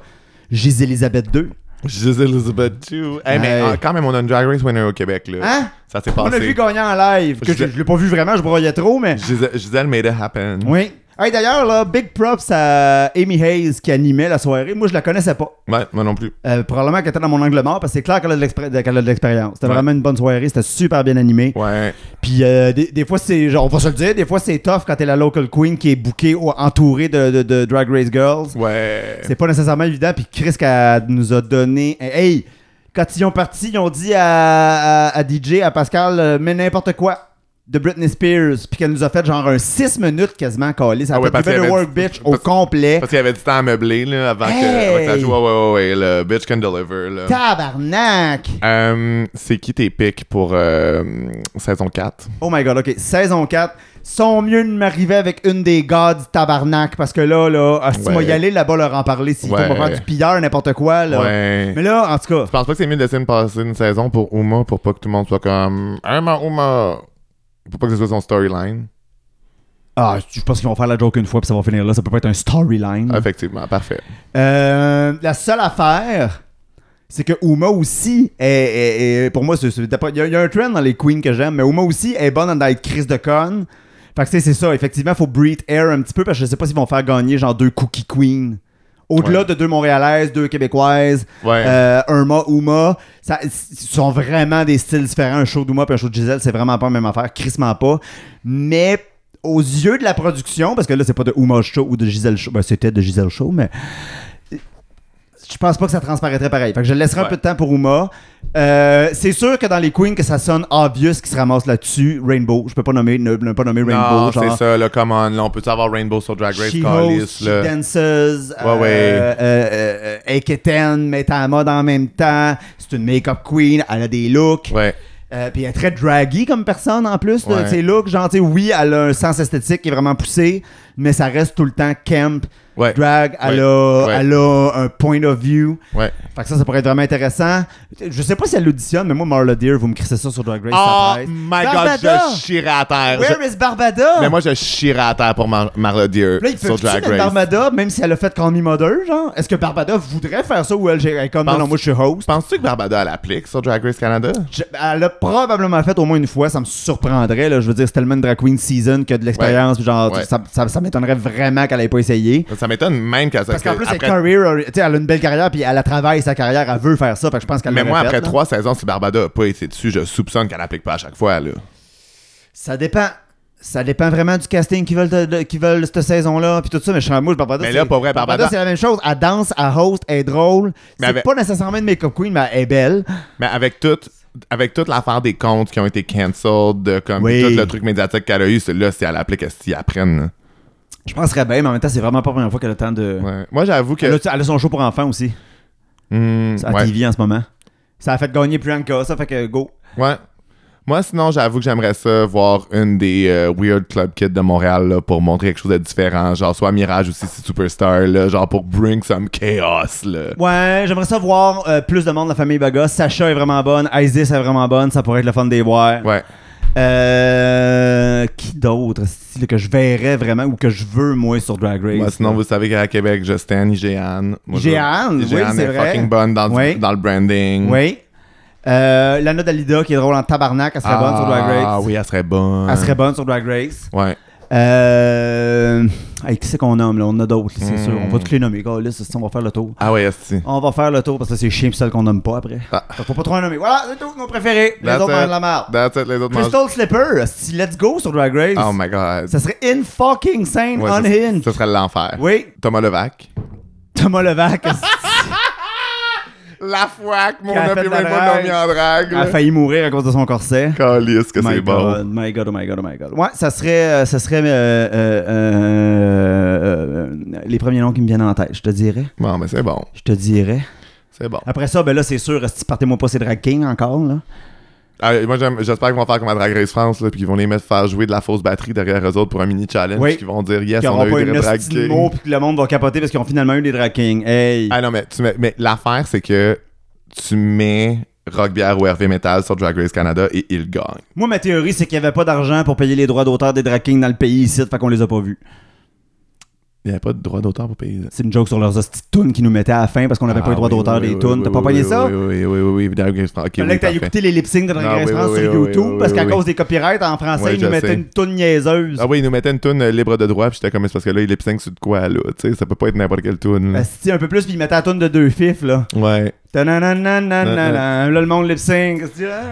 Gise-Élisabeth II.
Juste Elizabeth too. Hey, mais
Hey.
ah, quand même, on a une Drag Race winner au Québec, là.
Hein?
Ça s'est
On
Euh, passé.
l'a vu gagner en live. Que
Je-
je je l'ai pas vu vraiment, je broyais trop, mais.
Gisèle, Gisèle made it happen.
Oui. Hey, d'ailleurs, là, big props à Amy Hayes qui animait la soirée. Moi, je la connaissais pas.
Ouais, moi non plus.
Euh, probablement qu'elle était dans mon angle mort parce que c'est clair qu'elle a de l'expé- qu'elle a de l'expérience. C'était
Ouais.
vraiment une bonne soirée, c'était super bien animé.
Ouais.
Puis euh, des, des fois, c'est genre, on va se le dire, des fois c'est tough quand t'es la local queen qui est bookée ou entourée de, de- de Drag Race Girls.
Ouais.
C'est pas nécessairement évident. Puis Chris qu'elle nous a donné. Hey, quand ils ont parti, ils ont dit à, à- à DJ, à Pascal, euh, mets n'importe quoi de Britney Spears. Puis qu'elle nous a fait genre un 6 minutes quasiment, collé. Ça
Ah
a
ouais,
fait
parce
du
qu'elle
better
avait
work,
dit-
bitch, au
parce-
complet.
Parce qu'il y avait du temps à meubler, là, avant, que, avant que ça
Hey!
joue. Ouais, ouais, ouais, ouais, le bitch can deliver, là.
Tabarnak!
Euh, c'est qui tes pics pour euh, saison 4?
Oh my god, ok. Saison 4. Sont mieux de m'arriver avec une des gods tabarnak parce que là, là, ah, si
Ouais.
moi y aller là-bas leur en parler, s'ils
Ouais.
vont me faire du pilleur, n'importe quoi, là.
Ouais.
Mais là, en tout cas,
Je pense pas que c'est mieux de laisser une passer une saison pour Uma pour pas que tout le monde soit comme Ah, ma Uma Pour pas que ce soit son storyline.
ah, je pense qu'ils vont faire la joke une fois puis ça va finir là. Ça peut pas être un storyline.
Effectivement, parfait.
Euh, la seule affaire, c'est que Uma aussi est, est- est- pour moi, c'est- c'est- d'après- il y, a- il y a un trend dans les queens que j'aime, mais Uma aussi est bonne dans être crise de con. Fait que tu sais, c'est ça, effectivement, faut breathe air un petit peu parce que je sais pas s'ils vont faire gagner genre deux cookie queens. Au-delà
Ouais.
de deux Montréalaises, deux Québécoises,
Ouais.
euh, Irma, Uma, ça, ils sont vraiment des styles différents. Un show d'Uma et un show de Gisèle, c'est vraiment pas la même affaire, crissement pas. Mais aux yeux de la production, parce que là, c'est pas de Uma Show ou de Gisèle Show, ben, c'était de Gisèle Show, mais je pense pas que ça transparaîtrait pareil. Fait que je laisserai
Ouais.
un peu de temps pour Uma. Euh, c'est sûr que dans les Queens, que ça sonne obvious qui se ramasse là-dessus. Rainbow, je peux pas nommer, ne, ne pas nommer Rainbow.
non, c'est
genre,
ça, là, come on, là, on peut avoir Rainbow sur Drag Race,
She
Callis,
Hosts, She
là.
Dances,
Ouais,
euh,
ouais.
euh, euh, euh, Eketen, met à la mode en même temps. C'est une make-up queen, elle a des looks.
Ouais.
Euh, puis elle est très draggy comme personne en plus
Ouais.
de ses looks. Genre, tu sais, oui, elle a un sens esthétique qui est vraiment poussé, mais ça reste tout le temps camp,
Ouais.
drag. Elle,
Ouais.
a,
Ouais.
elle a un point of view.
Ouais.
Fait que ça, ça pourrait être vraiment intéressant. Je sais pas si elle l'auditionne, mais moi, Marla Deer, vous me crissez ça sur Drag Race. ça
Oh
presse.
my
Barbada!
god, je chierais à terre. Je-
Where is Barbada?
Mais moi, je chierais à terre pour Mar- Marla Deer
Là, ils
sur
peuvent
Drag
mettre
Race.
Barbada, même si elle a fait Call Me Mother, genre? Est-ce que Barbada voudrait faire ça ou elle, elle est comme, non,
Pense-
non, moi, je suis host?
Penses-tu que Barbada, elle applique sur Drag Race Canada?
Je- elle l'a probablement fait au moins une fois, ça me surprendrait, là. Je veux dire, c'est tellement une drag queen season que de l'expérience, genre,
Ouais.
ça, ça- ça m'étonnerait vraiment qu'elle ait pas essayé.
Ça m'étonne même qu'elle
Parce qu'en plus,
après-
elle, career, tu sais, elle a une belle carrière, puis elle a travaillé sa carrière, elle veut faire ça, fait que je pense qu'elle
Mais
l'aurait
moi,
fait,
après
là.
trois saisons, si Barbada a pas été dessus, je soupçonne qu'elle applique pas à chaque fois, là.
Ça dépend. Ça dépend vraiment du casting qu'ils veulent, de- qu'ils veulent cette saison-là, puis tout ça, mais je suis en mouche, Barbada.
Mais là,
c'est-
pas vrai, Barbada-
c'est la même chose. Elle danse, elle host, elle est drôle.
Mais
C'est
avec-
pas nécessairement une make-up queen, mais elle est belle.
Mais avec toute avec toute l'affaire des comptes qui ont été cancelled, de, comme
Oui.
tout le truc médiatique qu'elle a eu, c'est là, si elle applique, est-ce qu'ils apprennent?
Je penserais bien, mais en même temps, c'est vraiment pas la première fois qu'elle a le temps de.
Ouais. Moi, j'avoue que.
Elle, a, elle a son show pour enfants aussi,
Hmm,
à
ouais.
TV en ce moment. Ça a fait gagner Priyanka, ça fait que go.
Ouais. Moi, sinon, j'avoue que j'aimerais ça voir une des euh, Weird Club Kids de Montréal là, pour montrer quelque chose de différent. Genre, soit Mirage aussi, c'est Superstar, là, genre pour bring some chaos. Là.
Ouais, j'aimerais ça voir euh, plus de monde de la famille Baga. Sacha est vraiment bonne, Isis est vraiment bonne, ça pourrait être le fun de les voir.
Ouais.
Euh, qui d'autre si, là, que je verrais vraiment ou que je veux, moi, sur Drag Race?
Moi, Bah, sinon, vous savez qu'à Québec, je stan IGN. Moi, je-
IGN, oui,
IGN
c'est
est
vrai.
fucking bonne dans, le-
Oui.
dans le branding.
Oui. Euh, Lana Dalida, qui est drôle en tabarnak, elle serait bonne sur Drag Race.
Ah oui, elle serait bonne.
Elle serait bonne sur Drag Race.
Ouais.
Euh. Hey, qui c'est qu'on nomme là On en a d'autres, là, c'est
Mm.
sûr. On va tous les nommer. gars, là, c'est- on va faire le tour.
Ah ouais, esti.
On va faire le tour parce que c'est chien pis celle qu'on nomme pas après.
Ah.
Fait que Faut pas trop en nommer. Voilà, c'est tout, nos préférés. Les
That's
autres,
it.
on a de la merde.
That's it, les autres mangent-
Crystal Slipper, si let's go sur Drag Race.
Oh my god.
Ça serait in fucking sane,
Ouais,
on
ça-
hinge.
Ça serait l'enfer.
Oui,
Thomas Levac.
Thomas Levac asti,
La fouac, mon
Qui a
homme,
fait
puis
de la
Rainbow
drague.
l'ont mis en drague.
a failli mourir à cause de son corset.
Calisse que c'est
my
bon.
god, my god, oh my god, oh my god. Ouais, ça serait, euh, ça serait euh, euh, euh, euh, les premiers noms qui me viennent en tête, je te dirais.
Bon, mais c'est bon.
Je te dirais.
C'est bon.
Après ça, ben là, c'est sûr, si partez-moi pas, c'est Drag King encore, là.
Ah, moi, j'aime- j'espère qu'ils vont faire comme à Drag Race France, là, puis qu'ils vont les mettre faire jouer de la fausse batterie derrière eux autres pour un mini challenge.
Oui.
Puis qu'ils vont dire yes,
Qui
on a
auront pas
eu
une
des drag
hostie de mots, puis que le monde va capoter parce qu'ils ont finalement eu des Drag Kings. Hey!
Ah non, mais, tu mets- mais l'affaire, c'est que tu mets Rock Bière ou Hervé Metal sur Drag Race Canada et ils gagnent.
Moi, ma théorie, c'est qu'il n'y avait pas d'argent pour payer les droits d'auteur des Drag Kings dans le pays ici, fait qu'on les a pas vus.
Il n'y avait pas de droit d'auteur pour payer.
C'est une joke sur leurs hosties de tunes qui nous mettaient à la fin parce qu'on n'avait pas
Ah
le droit
oui,
d'auteur
oui,
des
oui,
tunes.
oui,
T'as pas
oui,
pogné
oui,
ça?
Oui, oui, oui, oui, oui. Dark Grey Frank, ok,
Fallait
oui,
que t'ailles
parfait.
écouter les lip syncs de
Ah,
Drag Race
oui,
France
oui,
sur
oui, oui,
YouTube
oui,
parce qu'à
oui,
cause des copyrights en français,
Ouais,
ils
je
nous mettaient
sais.
une toune niaiseuse.
Ah oui, ils nous mettaient une toune euh, libre de droit, puis j'étais comme, c'est parce que là, il lip sync sur de quoi, là, tu sais, ça peut pas être n'importe quelle toune. là.
Asti, un peu plus, puis ils mettaient la toune de deux fifs, là.
Ouais.
Ta-na-na-na-na-na. Là, le monde lip sync.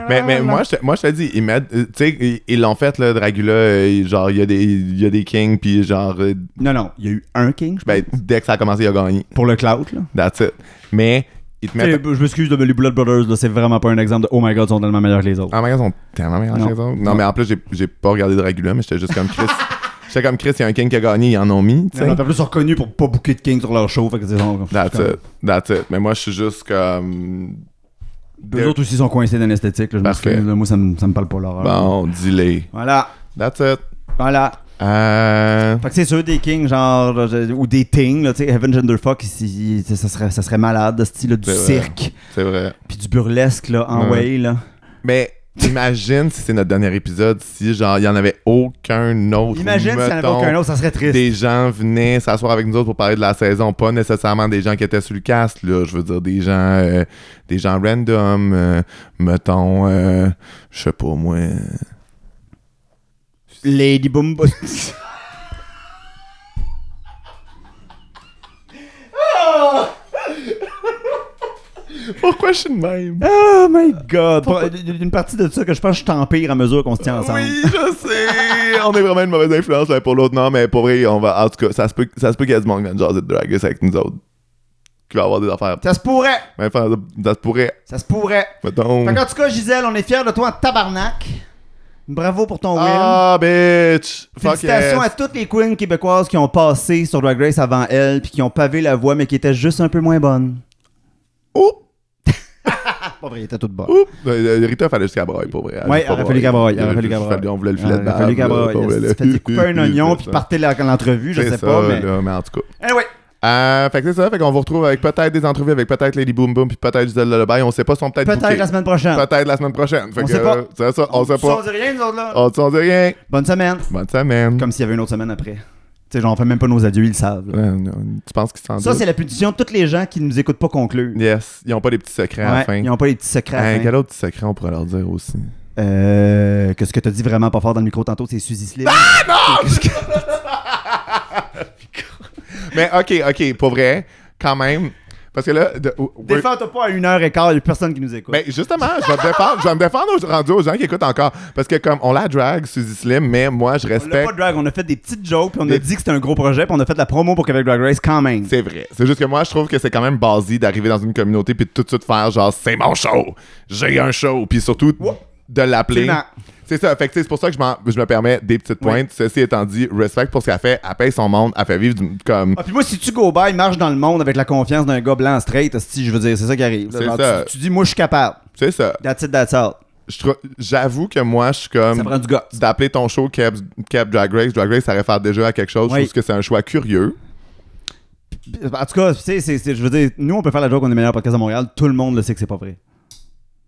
Mais, mais moi, je te, moi, je te dis, ils mettent, euh, tu sais, ils- ils l'ont fait, là, Dragula, euh, genre, il y, a des- il y a des kings, puis genre, euh,
Non, non, il y a eu un king, je pense.
ben, dès que ça a commencé, il a gagné.
Pour le clout, là.
That's it. Mais, ils te
Tu sais,
mettent.
Je m'excuse de mais les Blood Brothers, là, c'est vraiment pas un exemple de Oh my god, ils sont tellement meilleurs que les autres.
En magasin, Ah, ils sont tellement meilleurs que
Non.
les autres. Non, mais en plus, j'ai- j'ai pas regardé Dragula, mais j'étais juste comme Chris. j'étais comme Chris, il y a un king qui a gagné, ils en ont mis, tu sais.
Ils en plus, ils sont reconnus pour pas bouquer de king sur leur show. Fait que c'est genre-
That's
comme-
it. That's it. Mais moi, je suis juste comme.
Les autres aussi sont coincés dans l'esthétique. là, je
Parfait.
m'excuse, là, Moi, ça me ça me parle pas l'horreur.
Bon, delay.
Voilà.
That's it.
Voilà.
Euh.
Fait que c'est sûr, des kings, genre, euh, ou des things, là, tu sais, Heaven Genderfuck, ici, ça serait, ça serait malade, ce style du
C'est vrai.
cirque,
C'est vrai.
puis du burlesque, là, en
Ben, Ouais.
way, là.
Mais imagine si c'est notre dernier épisode, si genre il n'y en avait aucun autre.
Imagine s'il n'y en avait
mettons,
aucun autre, ça serait triste.
Des gens venaient s'asseoir avec nous autres pour parler de la saison, pas nécessairement des gens qui étaient sur le cast, là. Je veux dire des gens euh, des gens random, euh, mettons euh, je sais pas moi. euh,
Lady Bumba. Oh
Pourquoi je suis de même?
oh my god! Il y a une partie de ça que je pense que je t'empire à mesure qu'on se tient ensemble.
Oui, je sais. on est vraiment une mauvaise influence l'un pour l'autre. Non, mais pour vrai, on va. En tout cas, ça se peut, ça se peut qu'il y ait du monde qui vienne jaser de Drag Race avec nous autres. Qui va avoir des affaires.
Ça se pourrait!
Mais enfin, ça se pourrait.
Ça se pourrait!
Mettons.
Fait qu'en tout cas, Gisèle, on est fiers de toi en tabarnak. Bravo pour ton win.
Ah, bitch! Fuck
Félicitations
yes.
à toutes les queens québécoises qui ont passé sur Drag Race avant elle, puis qui ont pavé la voie, mais qui étaient juste un peu moins bonnes.
Oups!
Pas vrai, ils étaient toutes bonnes.
Oups! Euh, Rita, fallait juste qu'elle braille, pour vrai. Elle
Ouais,
juste pas
aurait
brailler.
fallu qu'elle braille, aurait fallu
juste
qu'elle braille.
fallu- On voulait le
Il
filet de
a
barbe.
fallu qu'elle
là,
braille.
on voulait
Il
le-
se faisait couper un oignon puis
C'est
partait la- l'entrevue, je
ça.
sais
C'est
pas,
ça,
mais...
là, mais en tout cas.
Anyway,
Euh, fait que c'est ça, fait qu'on vous retrouve avec peut-être des entrevues avec peut-être Lady Boom Boom puis peut-être Gisèle Lullaby. On sait pas, sont peut-être
peut-être
bookés.
la semaine prochaine.
Peut-être la semaine prochaine. Fait
On
que,
sait pas.
euh, C'est ça, on sait
On
pas. Oh,
dit rien, nous autres, là.
On dit, on dit rien.
Bonne semaine.
Bonne semaine.
Comme s'il y avait une autre semaine après. Tu sais, genre, on fait même pas nos adieux, ils le savent. là.
Ouais, non, tu penses qu'ils s'en
Ça,
doutent?
c'est la punition de tous les gens qui nous écoutent pas conclure.
Yes, ils ont pas des petits secrets à la
Ouais,
fin.
ils ont pas les petits secrets. à la
Hein,
fin.
quel autre petit secret on pourrait leur dire aussi?
Euh, que ce que t'as dit vraiment pas fort dans le micro tantôt, c'est Suzy Slim.
Ah! Mais ok, ok, pour vrai, quand même. Parce que là, de- ou- we're-
Défends-toi pas à une heure et quart, il y a personne qui nous écoute.
ben justement, je vais me défendre, je vais me défendre aux, rendu aux gens qui écoutent encore. Parce que comme on la drague, Suzy Slim, mais moi je
on l'a
respecte.
pas drag, on a fait des petites jokes, puis on a
Des-
dit que c'était un gros projet, puis on a fait de la promo pour Québec Drag Race quand même.
C'est vrai. C'est juste que moi je trouve que c'est quand même basé d'arriver dans une communauté puis de tout de suite faire genre c'est mon show, j'ai un show, puis surtout de l'appeler.
Absolument.
C'est ça, fait que, tu sais, c'est pour ça que je, m'en- je me permets des petites pointes. Ceci étant dit, respect pour ce qu'elle fait, elle paye son monde, elle fait vivre du- comme
Ah, puis moi, si tu go by, marche dans le monde avec la confiance d'un gars blanc straight, si je veux dire, c'est ça qui arrive. là.
C'est
Genre,
ça.
Tu, tu dis, moi, je suis capable.
c'est ça.
That's it, that's all.
Je trou- J'avoue que moi je suis comme
Ça prend du gars.
d'appeler ton show Cap, Cap Drag Race. Drag Race, ça réfère déjà à quelque chose.
Oui.
Je trouve que c'est un choix curieux.
En tout cas, tu sais, c'est- c'est- je veux dire, nous, on peut faire la joke qu'on est meilleur podcast à Montréal. Tout le monde le sait que c'est pas vrai.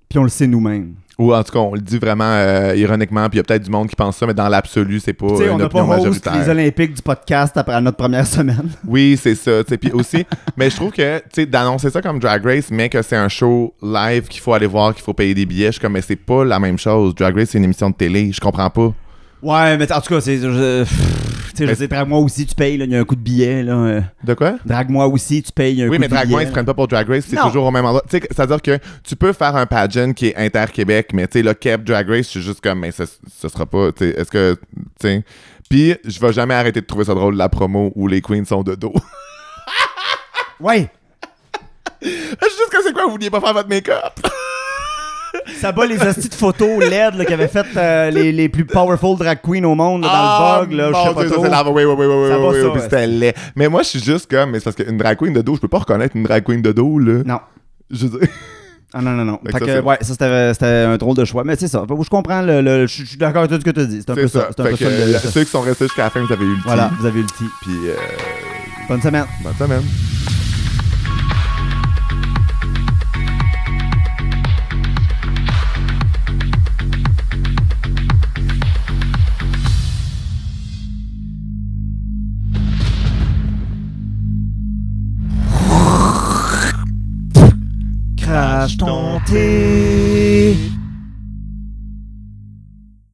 Puis on le sait nous-mêmes.
Ou en tout cas, on le dit vraiment euh, ironiquement, puis il y a peut-être du monde qui pense ça, mais dans l'absolu, c'est pas euh,
tu sais, on
une
n'a pas
opinion
host les
majoritaire.
Olympiques du podcast après notre première semaine.
Oui, c'est ça. tu sais, Puis aussi, mais je trouve que tu sais, d'annoncer ça comme Drag Race, mais que c'est un show live qu'il faut aller voir, qu'il faut payer des billets, je suis comme, mais c'est pas la même chose. Drag Race, c'est une émission de télé. Je comprends pas.
Ouais, mais en tout cas, c'est. je- pff, Tu sais, je
Mais-
sais, drague-moi aussi, tu payes, là, il y a un coup de billet, là. euh,
De quoi?
Drague-moi aussi, tu payes, il y a un
Oui,
coup
mais
de billet.
Drag Race, ils se prennent pas pour Drag Race, c'est
Non.
toujours au même endroit. Tu sais, que- C'est-à-dire que tu peux faire un pageant qui est inter-Québec, mais tu sais, le Cap Drag Race, je suis juste comme, mais ce, ce sera pas, tu sais, est-ce que, tu sais. Puis, je vais jamais arrêter de trouver ça drôle, la promo où les queens sont de dos.
Ouais,
je suis juste que c'est quoi, vous vouliez pas faire votre make-up?
ça bat les hosties de photos LED là, qu'avaient fait euh, les, les plus powerful drag queens au monde là, dans le bug,
Ah,
là,
mon
je sais pas
Dieu, ça,
trop.
c'est la- Oui, oui, oui, oui,
Ça
oui,
va,
oui,
ça,
oui, puis
ouais.
c'était laid. Mais moi, je suis juste comme, mais c'est parce qu'une drag queen de dos, je peux pas reconnaître une drag queen de dos, là.
Non.
Je veux dire-
Ah non, non, non.
Fait
Fait
que ça,
que,
c'est-
ouais, ça, c'était c'était un drôle de choix. Mais c'est ça. Je comprends, le, le- je je suis d'accord avec tout ce que tu dis. C'est un peu
c'est
ça.
ça.
C'est un
Fait
peu
que,
ça. le-
euh, ceux qui sont restés jusqu'à la fin, vous avez eu le petit.
Voilà, vous avez eu le petit.
Puis, euh,
Bonne semaine.
bonne semaine.
moustache ton thé.